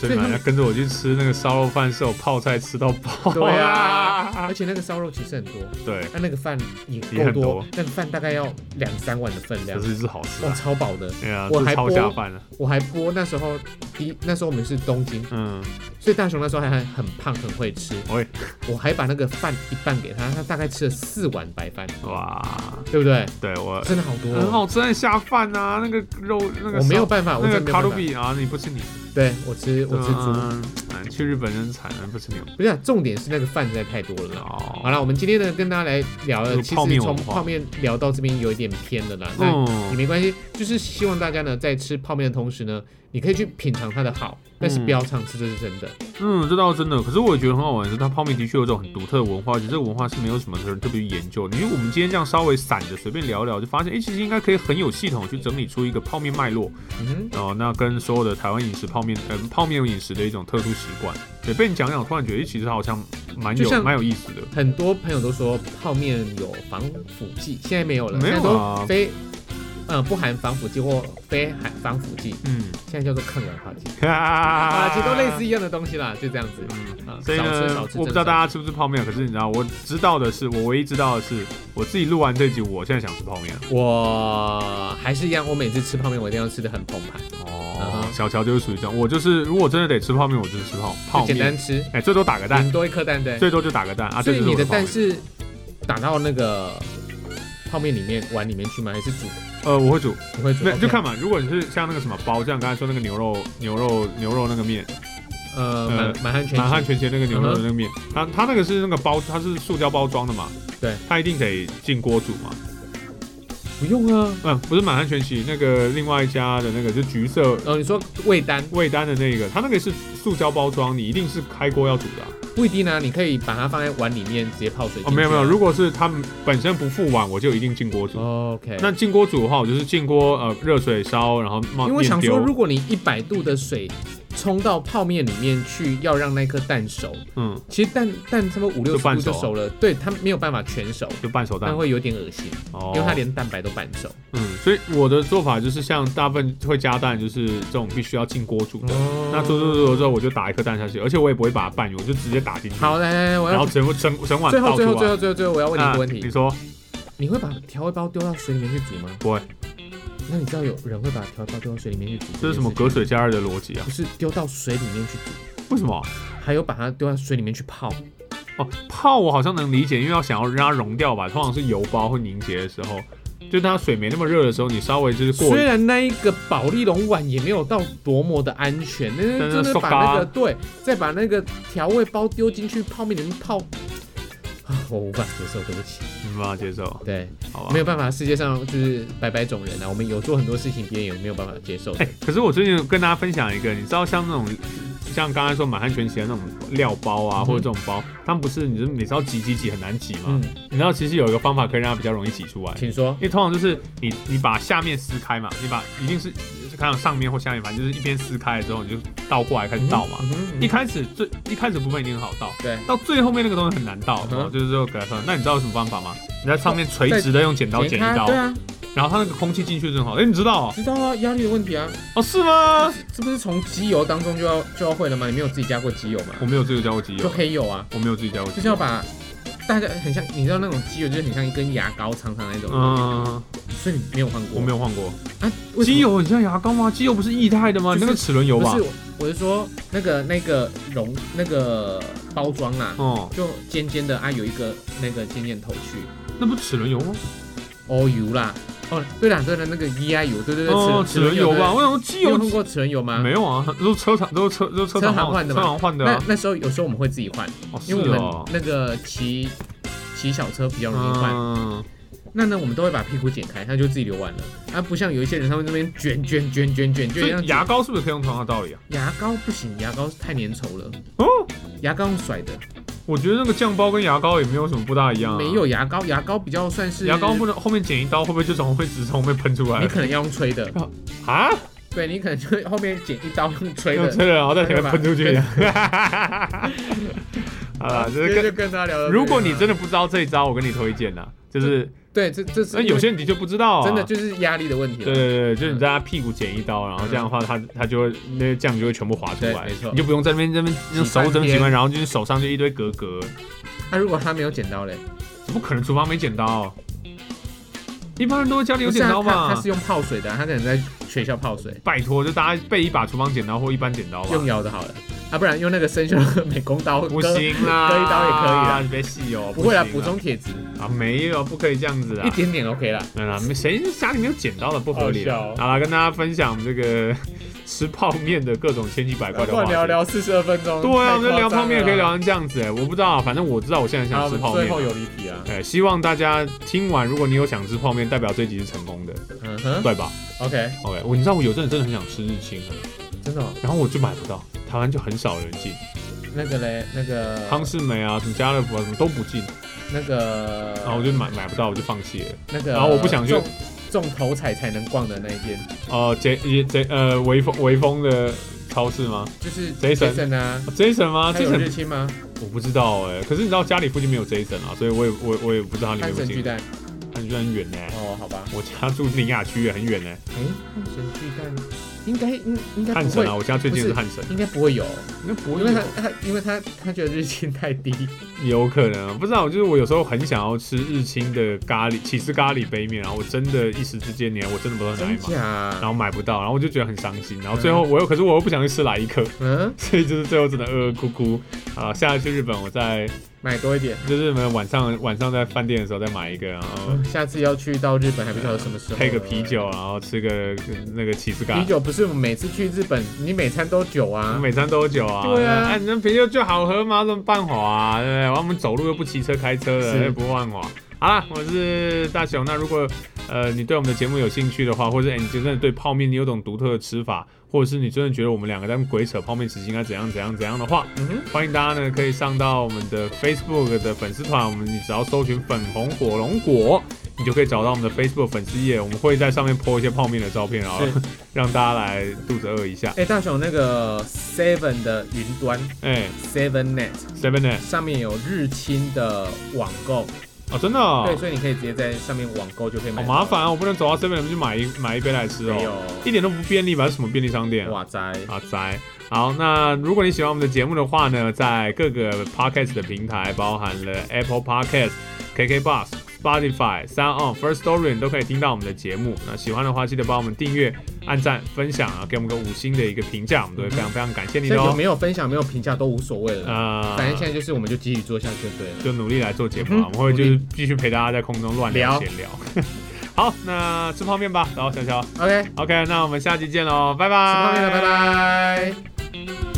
[SPEAKER 1] 所以
[SPEAKER 2] 所以他
[SPEAKER 1] 买
[SPEAKER 2] 们
[SPEAKER 1] 要跟着我去吃那个烧肉饭，是有泡菜吃到饱。
[SPEAKER 2] 对啊，而且那个烧肉其实很多，
[SPEAKER 1] 对，
[SPEAKER 2] 那那个饭也
[SPEAKER 1] 也
[SPEAKER 2] 够
[SPEAKER 1] 很
[SPEAKER 2] 多，
[SPEAKER 1] 多
[SPEAKER 2] 那个饭大概要两三碗的分量
[SPEAKER 1] 可，是是好吃
[SPEAKER 2] 哇，
[SPEAKER 1] 啊。
[SPEAKER 2] 超饱的。
[SPEAKER 1] 哎呀，
[SPEAKER 2] 我
[SPEAKER 1] 这
[SPEAKER 2] 还
[SPEAKER 1] 超
[SPEAKER 2] 播
[SPEAKER 1] 下饭啊了。
[SPEAKER 2] 我还播那时候第那时候我们是东京，
[SPEAKER 1] 嗯，
[SPEAKER 2] 所以大雄那时候还很很胖，很会吃。
[SPEAKER 1] 喂，
[SPEAKER 2] 我还把那个饭一半给他，他大概吃了四碗白
[SPEAKER 1] 哎
[SPEAKER 2] 饭，
[SPEAKER 1] 哇，
[SPEAKER 2] 对不对？
[SPEAKER 1] 对我
[SPEAKER 2] 真的好多、
[SPEAKER 1] 很好吃，很下饭啊，那个肉那个
[SPEAKER 2] 嗯我没有
[SPEAKER 1] 烧。
[SPEAKER 2] 办法，我
[SPEAKER 1] 那
[SPEAKER 2] 真
[SPEAKER 1] 个
[SPEAKER 2] 的没有
[SPEAKER 1] 卡
[SPEAKER 2] 办
[SPEAKER 1] 路
[SPEAKER 2] 法。
[SPEAKER 1] 比啊，你不吃你，
[SPEAKER 2] 对我吃我吃猪，
[SPEAKER 1] 嗯，哎去日本真惨，不吃牛。
[SPEAKER 2] 不是啊、重点是那个饭实在太多了啦。
[SPEAKER 1] 哦，
[SPEAKER 2] 好了，我们今天呢跟大家来聊
[SPEAKER 1] 这
[SPEAKER 2] 了，
[SPEAKER 1] 个
[SPEAKER 2] 其
[SPEAKER 1] 泡面
[SPEAKER 2] 实
[SPEAKER 1] 文
[SPEAKER 2] 从
[SPEAKER 1] 化
[SPEAKER 2] 泡面聊到这边有一点偏了啦。那也
[SPEAKER 1] 嗯，
[SPEAKER 2] 没关系，就是希望大家呢在吃泡面的同时呢，你可以去品尝它的好，但是不要常吃，这是真的。
[SPEAKER 1] 嗯，这倒是真的。可是我也觉得很好玩的是，它泡面的确有一种很独特的文化，而且这个文化是没有什么人特别研究的。因为我们今天这样稍微散着随便聊聊，就发现，哎、其实应该可以很有系统地去整理出一个泡面脉络
[SPEAKER 2] 嗯哼，
[SPEAKER 1] 哦。那跟所有的台湾饮食泡面，嗯、泡面饮食的一种特殊习惯。对，被你讲讲，我突然觉得，哎，其实好像蛮
[SPEAKER 2] 就
[SPEAKER 1] 有
[SPEAKER 2] 像
[SPEAKER 1] 蛮有意思的。
[SPEAKER 2] 很多朋友都说泡面有防腐剂，现在没有了，
[SPEAKER 1] 没有
[SPEAKER 2] 现在
[SPEAKER 1] 啊
[SPEAKER 2] 都非呃不含防腐剂或非含防腐剂，
[SPEAKER 1] 嗯，
[SPEAKER 2] 现在叫做抗氧化剂
[SPEAKER 1] 哈
[SPEAKER 2] 啊，
[SPEAKER 1] 啊
[SPEAKER 2] 其实都类似。一样的东西啦，就这样子。
[SPEAKER 1] 嗯
[SPEAKER 2] 啊
[SPEAKER 1] 所以
[SPEAKER 2] 少吃
[SPEAKER 1] 呢
[SPEAKER 2] 少，吃
[SPEAKER 1] 我不知
[SPEAKER 2] 真的
[SPEAKER 1] 道
[SPEAKER 2] 少
[SPEAKER 1] 大家吃不吃泡面，可是你知道，我知道的是，我唯一知道的是，我自己录完这集，我现在想吃泡面了。
[SPEAKER 2] 我还是一样，我每次吃泡面，我一定要吃的很澎湃，
[SPEAKER 1] 哦
[SPEAKER 2] 嗯，哼
[SPEAKER 1] 小乔就是属于这样，我就是如果真的得吃泡面，我就是吃泡泡
[SPEAKER 2] 就简单
[SPEAKER 1] 面，
[SPEAKER 2] 吃，
[SPEAKER 1] 哎，最多打个蛋
[SPEAKER 2] 顶，多一颗蛋对。
[SPEAKER 1] 最多就打个蛋啊。
[SPEAKER 2] 嗯
[SPEAKER 1] 这
[SPEAKER 2] 所以
[SPEAKER 1] 就是
[SPEAKER 2] 你
[SPEAKER 1] 我
[SPEAKER 2] 的
[SPEAKER 1] 泡面
[SPEAKER 2] 蛋是打到那个泡面里面碗里面去吗？还是煮？
[SPEAKER 1] 呃，我会煮，
[SPEAKER 2] 你会煮？
[SPEAKER 1] 那
[SPEAKER 2] OK
[SPEAKER 1] 就看嘛。如果你是像那个什么包酱，刚才说那个牛肉牛肉牛肉那个面，
[SPEAKER 2] 呃
[SPEAKER 1] 呃
[SPEAKER 2] 满满汉全席嗯
[SPEAKER 1] 满汉全席那个牛肉的那个面，它它那个是那个包，它是塑胶包装的嘛，
[SPEAKER 2] 对，
[SPEAKER 1] 它一定得进锅煮嘛。
[SPEAKER 2] 不用啊。
[SPEAKER 1] 嗯，不是满汉全席那个另外一家的那个就橘色
[SPEAKER 2] 哦，你说味单
[SPEAKER 1] 味丹的那个，它那个是塑胶包装，你一定是开锅要煮的啊、
[SPEAKER 2] 不一定啊，你可以把它放在碗里面直接泡水进去啊。
[SPEAKER 1] 哦，没有没有，如果是他们本身不付碗，我就一定进锅煮。
[SPEAKER 2] 哦 OK。
[SPEAKER 1] 那进锅煮的话，我就是进锅呃热水烧，然后冒
[SPEAKER 2] 因为我想说，
[SPEAKER 1] 面丢
[SPEAKER 2] 如果你一百度的水冲到泡面里面去，要让那颗蛋熟，
[SPEAKER 1] 嗯
[SPEAKER 2] 其实蛋蛋差不多五六十
[SPEAKER 1] 半
[SPEAKER 2] 度就
[SPEAKER 1] 熟啊
[SPEAKER 2] 熟了，对，它没有办法全熟，
[SPEAKER 1] 就半熟蛋
[SPEAKER 2] 但，会有点恶心，
[SPEAKER 1] 哦
[SPEAKER 2] 因嗯为它连蛋白都半熟。
[SPEAKER 1] 嗯，所以我的做法就是像大部分会加蛋，就是这种必须要进锅煮的。
[SPEAKER 2] 哦
[SPEAKER 1] 那煮煮煮之后，我就打一颗蛋下去，而且我也不会把它拌匀，我就直接打进去。
[SPEAKER 2] 好，来来来，我
[SPEAKER 1] 然后
[SPEAKER 2] 要
[SPEAKER 1] 整整整碗
[SPEAKER 2] 最后
[SPEAKER 1] 倒出
[SPEAKER 2] 最
[SPEAKER 1] 来。
[SPEAKER 2] 后最后最后最后，我要问你一
[SPEAKER 1] 啊
[SPEAKER 2] 个问题
[SPEAKER 1] 你，说
[SPEAKER 2] 你会把调味包丢到水里面去煮吗？
[SPEAKER 1] 不会。
[SPEAKER 2] 那你知道有人会把调味包丢到水里面去煮？
[SPEAKER 1] 这是什么隔？水加热的逻辑啊
[SPEAKER 2] 不？是丢到水里面去煮，
[SPEAKER 1] 为什么？
[SPEAKER 2] 还有把它丢到水里面去泡。
[SPEAKER 1] 哦，泡我好像能理解，因为要想要让它溶掉吧，通常是油包会凝结的时候，就是它水没那么热的时候，你稍微就是过
[SPEAKER 2] 虽然那一个保利龙碗也没有到多么的安全， 但是
[SPEAKER 1] 但是
[SPEAKER 2] 真的
[SPEAKER 1] 塑
[SPEAKER 2] 把
[SPEAKER 1] 胶啊
[SPEAKER 2] 那个对，再把那个调味包丢进去泡面里面泡，啊，我无法接受，对不起。
[SPEAKER 1] 没办法接受，
[SPEAKER 2] 对，
[SPEAKER 1] 好吧？
[SPEAKER 2] 没有办法，世界上就是百百种人啊，我们有做很多事情，别人也没有办法接受的。
[SPEAKER 1] 哎、可是我最近有跟大家分享一个，你知道像那种，像刚才说满汉全席的那种料包啊，
[SPEAKER 2] 嗯
[SPEAKER 1] 或者这种包，他们不是你是每次要挤挤挤很难挤吗？
[SPEAKER 2] 嗯，
[SPEAKER 1] 你知道其实有一个方法可以让它比较容易挤出来，
[SPEAKER 2] 请说
[SPEAKER 1] 因。为通常就是你你把下面撕开嘛，你把一定是就是看到上面或下面，反正就是一边撕开之后你就倒过来开始倒嘛。
[SPEAKER 2] 嗯哼
[SPEAKER 1] 一开始最一开始部分一定很好倒，
[SPEAKER 2] 对
[SPEAKER 1] 到最后面那个东西很难倒，
[SPEAKER 2] 嗯哼
[SPEAKER 1] 就是说给它算。那你知道有什么方法吗？你在上面垂直的用剪刀剪一刀
[SPEAKER 2] 对，啊，
[SPEAKER 1] 然后它那个空气进去正好。哎，你知道哦？
[SPEAKER 2] 知道啊，压力的问题啊，
[SPEAKER 1] 哦，是吗？
[SPEAKER 2] 这不是从机油当中就要就要会了吗？你没有自己加过机油吗？
[SPEAKER 1] 我没有自己加过机
[SPEAKER 2] 就
[SPEAKER 1] 油，
[SPEAKER 2] 黑油啊，
[SPEAKER 1] 哦我没有自己加过
[SPEAKER 2] 就
[SPEAKER 1] 机
[SPEAKER 2] 是要
[SPEAKER 1] 油。
[SPEAKER 2] 把大家很像，你知道那种机油就是很像一根牙膏长长那种，
[SPEAKER 1] 嗯，
[SPEAKER 2] 所以你没有换过？
[SPEAKER 1] 我没有换过
[SPEAKER 2] 有啊，为什么
[SPEAKER 1] 机油，你像牙膏吗？机油不是液态的吗？
[SPEAKER 2] 就是
[SPEAKER 1] 你那个齿轮油
[SPEAKER 2] 不
[SPEAKER 1] 吧
[SPEAKER 2] 是？，我是说那个那个容那个包装啊，
[SPEAKER 1] 哦，
[SPEAKER 2] 就尖尖的啊，有一个那个尖尖头去。
[SPEAKER 1] 那不是齿轮油吗？
[SPEAKER 2] 哦油啦，哦对啦对啦，那个 E I 油，对对对，
[SPEAKER 1] 哦，齿轮油吧？
[SPEAKER 2] 对
[SPEAKER 1] 我想说机
[SPEAKER 2] 你有
[SPEAKER 1] 油
[SPEAKER 2] 用过齿轮油吗？
[SPEAKER 1] 没有啊，都是车厂，都是车，都是车
[SPEAKER 2] 车行
[SPEAKER 1] 厂
[SPEAKER 2] 换的
[SPEAKER 1] 车
[SPEAKER 2] 嘛
[SPEAKER 1] 行换的
[SPEAKER 2] 那
[SPEAKER 1] 啊。
[SPEAKER 2] 那时候有时候我们会自己换，
[SPEAKER 1] 哦，是
[SPEAKER 2] 因为我们
[SPEAKER 1] 哦。
[SPEAKER 2] 那个骑骑小车比较容易换。
[SPEAKER 1] 嗯，
[SPEAKER 2] 那呢，我们都会把屁股剪开，它就自己流完了。啊，不像有一些人他们这边卷卷卷卷卷
[SPEAKER 1] 所
[SPEAKER 2] 卷，
[SPEAKER 1] 以
[SPEAKER 2] 像
[SPEAKER 1] 牙膏是不是可以用同样的道理啊？
[SPEAKER 2] 牙膏不行，牙膏太粘稠了，
[SPEAKER 1] 哦，
[SPEAKER 2] 牙膏用甩的，
[SPEAKER 1] 我觉得那个酱包跟牙膏也没有什么不大一样、啊。
[SPEAKER 2] 没，有牙膏，牙膏比较算是
[SPEAKER 1] 牙膏不能后面剪一刀，会不会就从会直从后面喷出来
[SPEAKER 2] 你？可能要用吹的，
[SPEAKER 1] 啊，
[SPEAKER 2] 对你可能就后面剪一刀用吹
[SPEAKER 1] 用
[SPEAKER 2] 的。
[SPEAKER 1] 吹了，然后在前面喷出去
[SPEAKER 2] 对。
[SPEAKER 1] 好了，这
[SPEAKER 2] 今天
[SPEAKER 1] 是
[SPEAKER 2] 就跟大家聊到
[SPEAKER 1] 跟
[SPEAKER 2] 这边啊。
[SPEAKER 1] 如果你真的不知道这一招，我跟你推荐呐，就是
[SPEAKER 2] 对这这
[SPEAKER 1] 那
[SPEAKER 2] 是
[SPEAKER 1] 有些人的确不知道、啊，
[SPEAKER 2] 真的就是压力的问题
[SPEAKER 1] 对
[SPEAKER 2] 了。
[SPEAKER 1] 对对，就是你在他屁股剪一刀，然后这样的话，他他就会那个酱就会全部滑出
[SPEAKER 2] 对
[SPEAKER 1] 来，
[SPEAKER 2] 没错
[SPEAKER 1] 你就不用在那边在那边用手
[SPEAKER 2] 洗半
[SPEAKER 1] 整
[SPEAKER 2] 天
[SPEAKER 1] 洗完，然后就是手上就一堆格格，
[SPEAKER 2] 那如果他没有剪刀嘞？
[SPEAKER 1] 怎么可能厨房没剪刀？一般人都会家里有
[SPEAKER 2] 不是
[SPEAKER 1] 剪
[SPEAKER 2] 啊
[SPEAKER 1] 刀
[SPEAKER 2] 他
[SPEAKER 1] 吧
[SPEAKER 2] 他？是用泡水的啊、他可能在学校泡水，
[SPEAKER 1] 拜托，就大家备一把厨房剪刀或一般剪刀吧。
[SPEAKER 2] 用咬的好了，啊，不然用那个生锈的美工刀
[SPEAKER 1] 不
[SPEAKER 2] 割
[SPEAKER 1] 行啊啦，
[SPEAKER 2] 割一刀也可以啊
[SPEAKER 1] 你别细哦。
[SPEAKER 2] 不会啦，
[SPEAKER 1] 行
[SPEAKER 2] 补充铁质
[SPEAKER 1] 啊，没有，不可以这样子啊
[SPEAKER 2] 一。点点 OK 啦。
[SPEAKER 1] 对啦，没谁家里没有剪刀的不合理啊
[SPEAKER 2] 好笑哦。
[SPEAKER 1] 好啦，跟大家分享这个 吃泡面的各种千奇百怪的话
[SPEAKER 2] 乱
[SPEAKER 1] 题。
[SPEAKER 2] 聊聊四十二分钟，
[SPEAKER 1] 对啊，我觉
[SPEAKER 2] 太夸张
[SPEAKER 1] 得聊泡面也可以聊
[SPEAKER 2] 了
[SPEAKER 1] 成这样子哎、我不知道，反正我知道我现在
[SPEAKER 2] 啦。
[SPEAKER 1] 想
[SPEAKER 2] 好，我
[SPEAKER 1] 吃
[SPEAKER 2] 们
[SPEAKER 1] 泡
[SPEAKER 2] 最后
[SPEAKER 1] 面。
[SPEAKER 2] 有离题啊。
[SPEAKER 1] 哎、希望大家听完，如果你有想吃泡面，代表这集是成 功的，
[SPEAKER 2] 嗯哼
[SPEAKER 1] 对吧
[SPEAKER 2] ，OK，
[SPEAKER 1] ？OK，我你知道我有阵子真的很想吃日清啊，
[SPEAKER 2] 真的哦、
[SPEAKER 1] 然后我就买不到，台湾就很少人进，
[SPEAKER 2] 那个嘞，那个
[SPEAKER 1] 康士美啊、什么家乐福啊，什么都不进，
[SPEAKER 2] 那个，
[SPEAKER 1] 然后我就买买不到，我就放弃了。
[SPEAKER 2] 那个，
[SPEAKER 1] 然后我不想去
[SPEAKER 2] 中中头彩才能逛的那一间，
[SPEAKER 1] 哦、杰杰杰呃，微风微风的超市吗
[SPEAKER 2] 就是
[SPEAKER 1] Jason
[SPEAKER 2] Jason 啊，
[SPEAKER 1] ？Jason 吗
[SPEAKER 2] 他有日
[SPEAKER 1] ？Jason
[SPEAKER 2] 清吗？
[SPEAKER 1] 我不知道哎、可是你知道家里附近没有 Jason 啊，所以我也我也我也不知道它里面
[SPEAKER 2] 汉
[SPEAKER 1] 有没
[SPEAKER 2] 神
[SPEAKER 1] 有
[SPEAKER 2] 巨
[SPEAKER 1] Jason。
[SPEAKER 2] 蛋，
[SPEAKER 1] 它居然很远呢、
[SPEAKER 2] 哦，好吧，
[SPEAKER 1] 我家住林雅区很远呢、
[SPEAKER 2] 哎，汉神巨蛋应该应应该
[SPEAKER 1] 汉
[SPEAKER 2] 不
[SPEAKER 1] 神
[SPEAKER 2] 会
[SPEAKER 1] 啊，，我家最近是汉神，
[SPEAKER 2] 应该不会有，
[SPEAKER 1] 应该不
[SPEAKER 2] 因为他他因为他他觉得日清太低，
[SPEAKER 1] 有可能啊，不知道。就是我有时候很想要吃日清的咖喱起司咖喱杯面，然后我真的一时之间，你我真的不知道哪里
[SPEAKER 2] 真
[SPEAKER 1] 买，然
[SPEAKER 2] 假？
[SPEAKER 1] 后买不到，然后我就觉得很伤心。然后最后我又，可是我又不想去吃来一克，
[SPEAKER 2] 嗯，
[SPEAKER 1] 所以就是最后只能饿饿哭哭啊。下次去日本，我再
[SPEAKER 2] 买多一点。
[SPEAKER 1] 就是晚上晚上在饭店的时候再买一个，然后
[SPEAKER 2] 下次要去到日本，还不晓得什么时候。啊
[SPEAKER 1] 配个啤，酒，然后吃个呃那个起司咖
[SPEAKER 2] 啤
[SPEAKER 1] 喱。
[SPEAKER 2] 酒不是我们每次去日本，你每餐都酒
[SPEAKER 1] 我
[SPEAKER 2] 啊
[SPEAKER 1] 们。每餐都有酒啊，
[SPEAKER 2] 对啊
[SPEAKER 1] 哎，你那啤酒就好喝吗？这么办滑、啊，对不对？然后我们走路又不骑车开车
[SPEAKER 2] 是
[SPEAKER 1] 的，哎又不办滑。好啦，我是大雄。那如果呃你对我们的节目有兴趣的话，或者哎、你真的对泡面你有种独特的吃法，或者是你真的觉得我们两个在那边鬼扯泡面时期应该怎样怎样怎样的话，
[SPEAKER 2] 嗯哼，
[SPEAKER 1] 欢迎大家呢可以上到我们的 Facebook 的粉丝团，我们你只要搜寻粉红火龙果，你就可以找到我们的 Facebook 粉丝页，我们会在上面 po 一些泡面的照片，然后
[SPEAKER 2] 是
[SPEAKER 1] 让大家来肚子饿一下。
[SPEAKER 2] 哎，大雄那个 Seven 的云端
[SPEAKER 1] 哎
[SPEAKER 2] Seven Net
[SPEAKER 1] ，Seven 呢？
[SPEAKER 2] 上面有日清的网购，
[SPEAKER 1] 哦，真的、哦，
[SPEAKER 2] 对，所以你可以直接在上面网购就可以买
[SPEAKER 1] 好
[SPEAKER 2] 到。
[SPEAKER 1] 麻烦啊！我不能走到 seven 去买一买一杯来吃
[SPEAKER 2] 没
[SPEAKER 1] 哦，一
[SPEAKER 2] 有，
[SPEAKER 1] 点都不便利吧？是什么便利商店啊？
[SPEAKER 2] 哇塞，
[SPEAKER 1] 啊塞！好，那如果你喜欢我们的节目的话呢，在各个 podcast 的平台，包含了 Apple Podcast、KK Bus、 Spotify、Sound On、First Story 都可以听到我们的节目。那喜欢的话，记得帮我们订阅、按赞、分享啊，给我们个五星的一个评价，我们都会非常非常感谢你
[SPEAKER 2] 现在
[SPEAKER 1] 的
[SPEAKER 2] 有
[SPEAKER 1] 哦。
[SPEAKER 2] 没有分享、没有评价都无所谓了，
[SPEAKER 1] 呃，
[SPEAKER 2] 反正现在就是我们就继续做下去就对了。
[SPEAKER 1] 就努力来做节目啊，
[SPEAKER 2] 嗯
[SPEAKER 1] 我们会就是
[SPEAKER 2] 努
[SPEAKER 1] 继续陪大家在空中乱聊
[SPEAKER 2] 聊
[SPEAKER 1] 闲聊。 好，那吃泡面吧，然后小小
[SPEAKER 2] OK，吃
[SPEAKER 1] OK，那我们下期见喽，拜拜，
[SPEAKER 2] 泡面了，拜拜。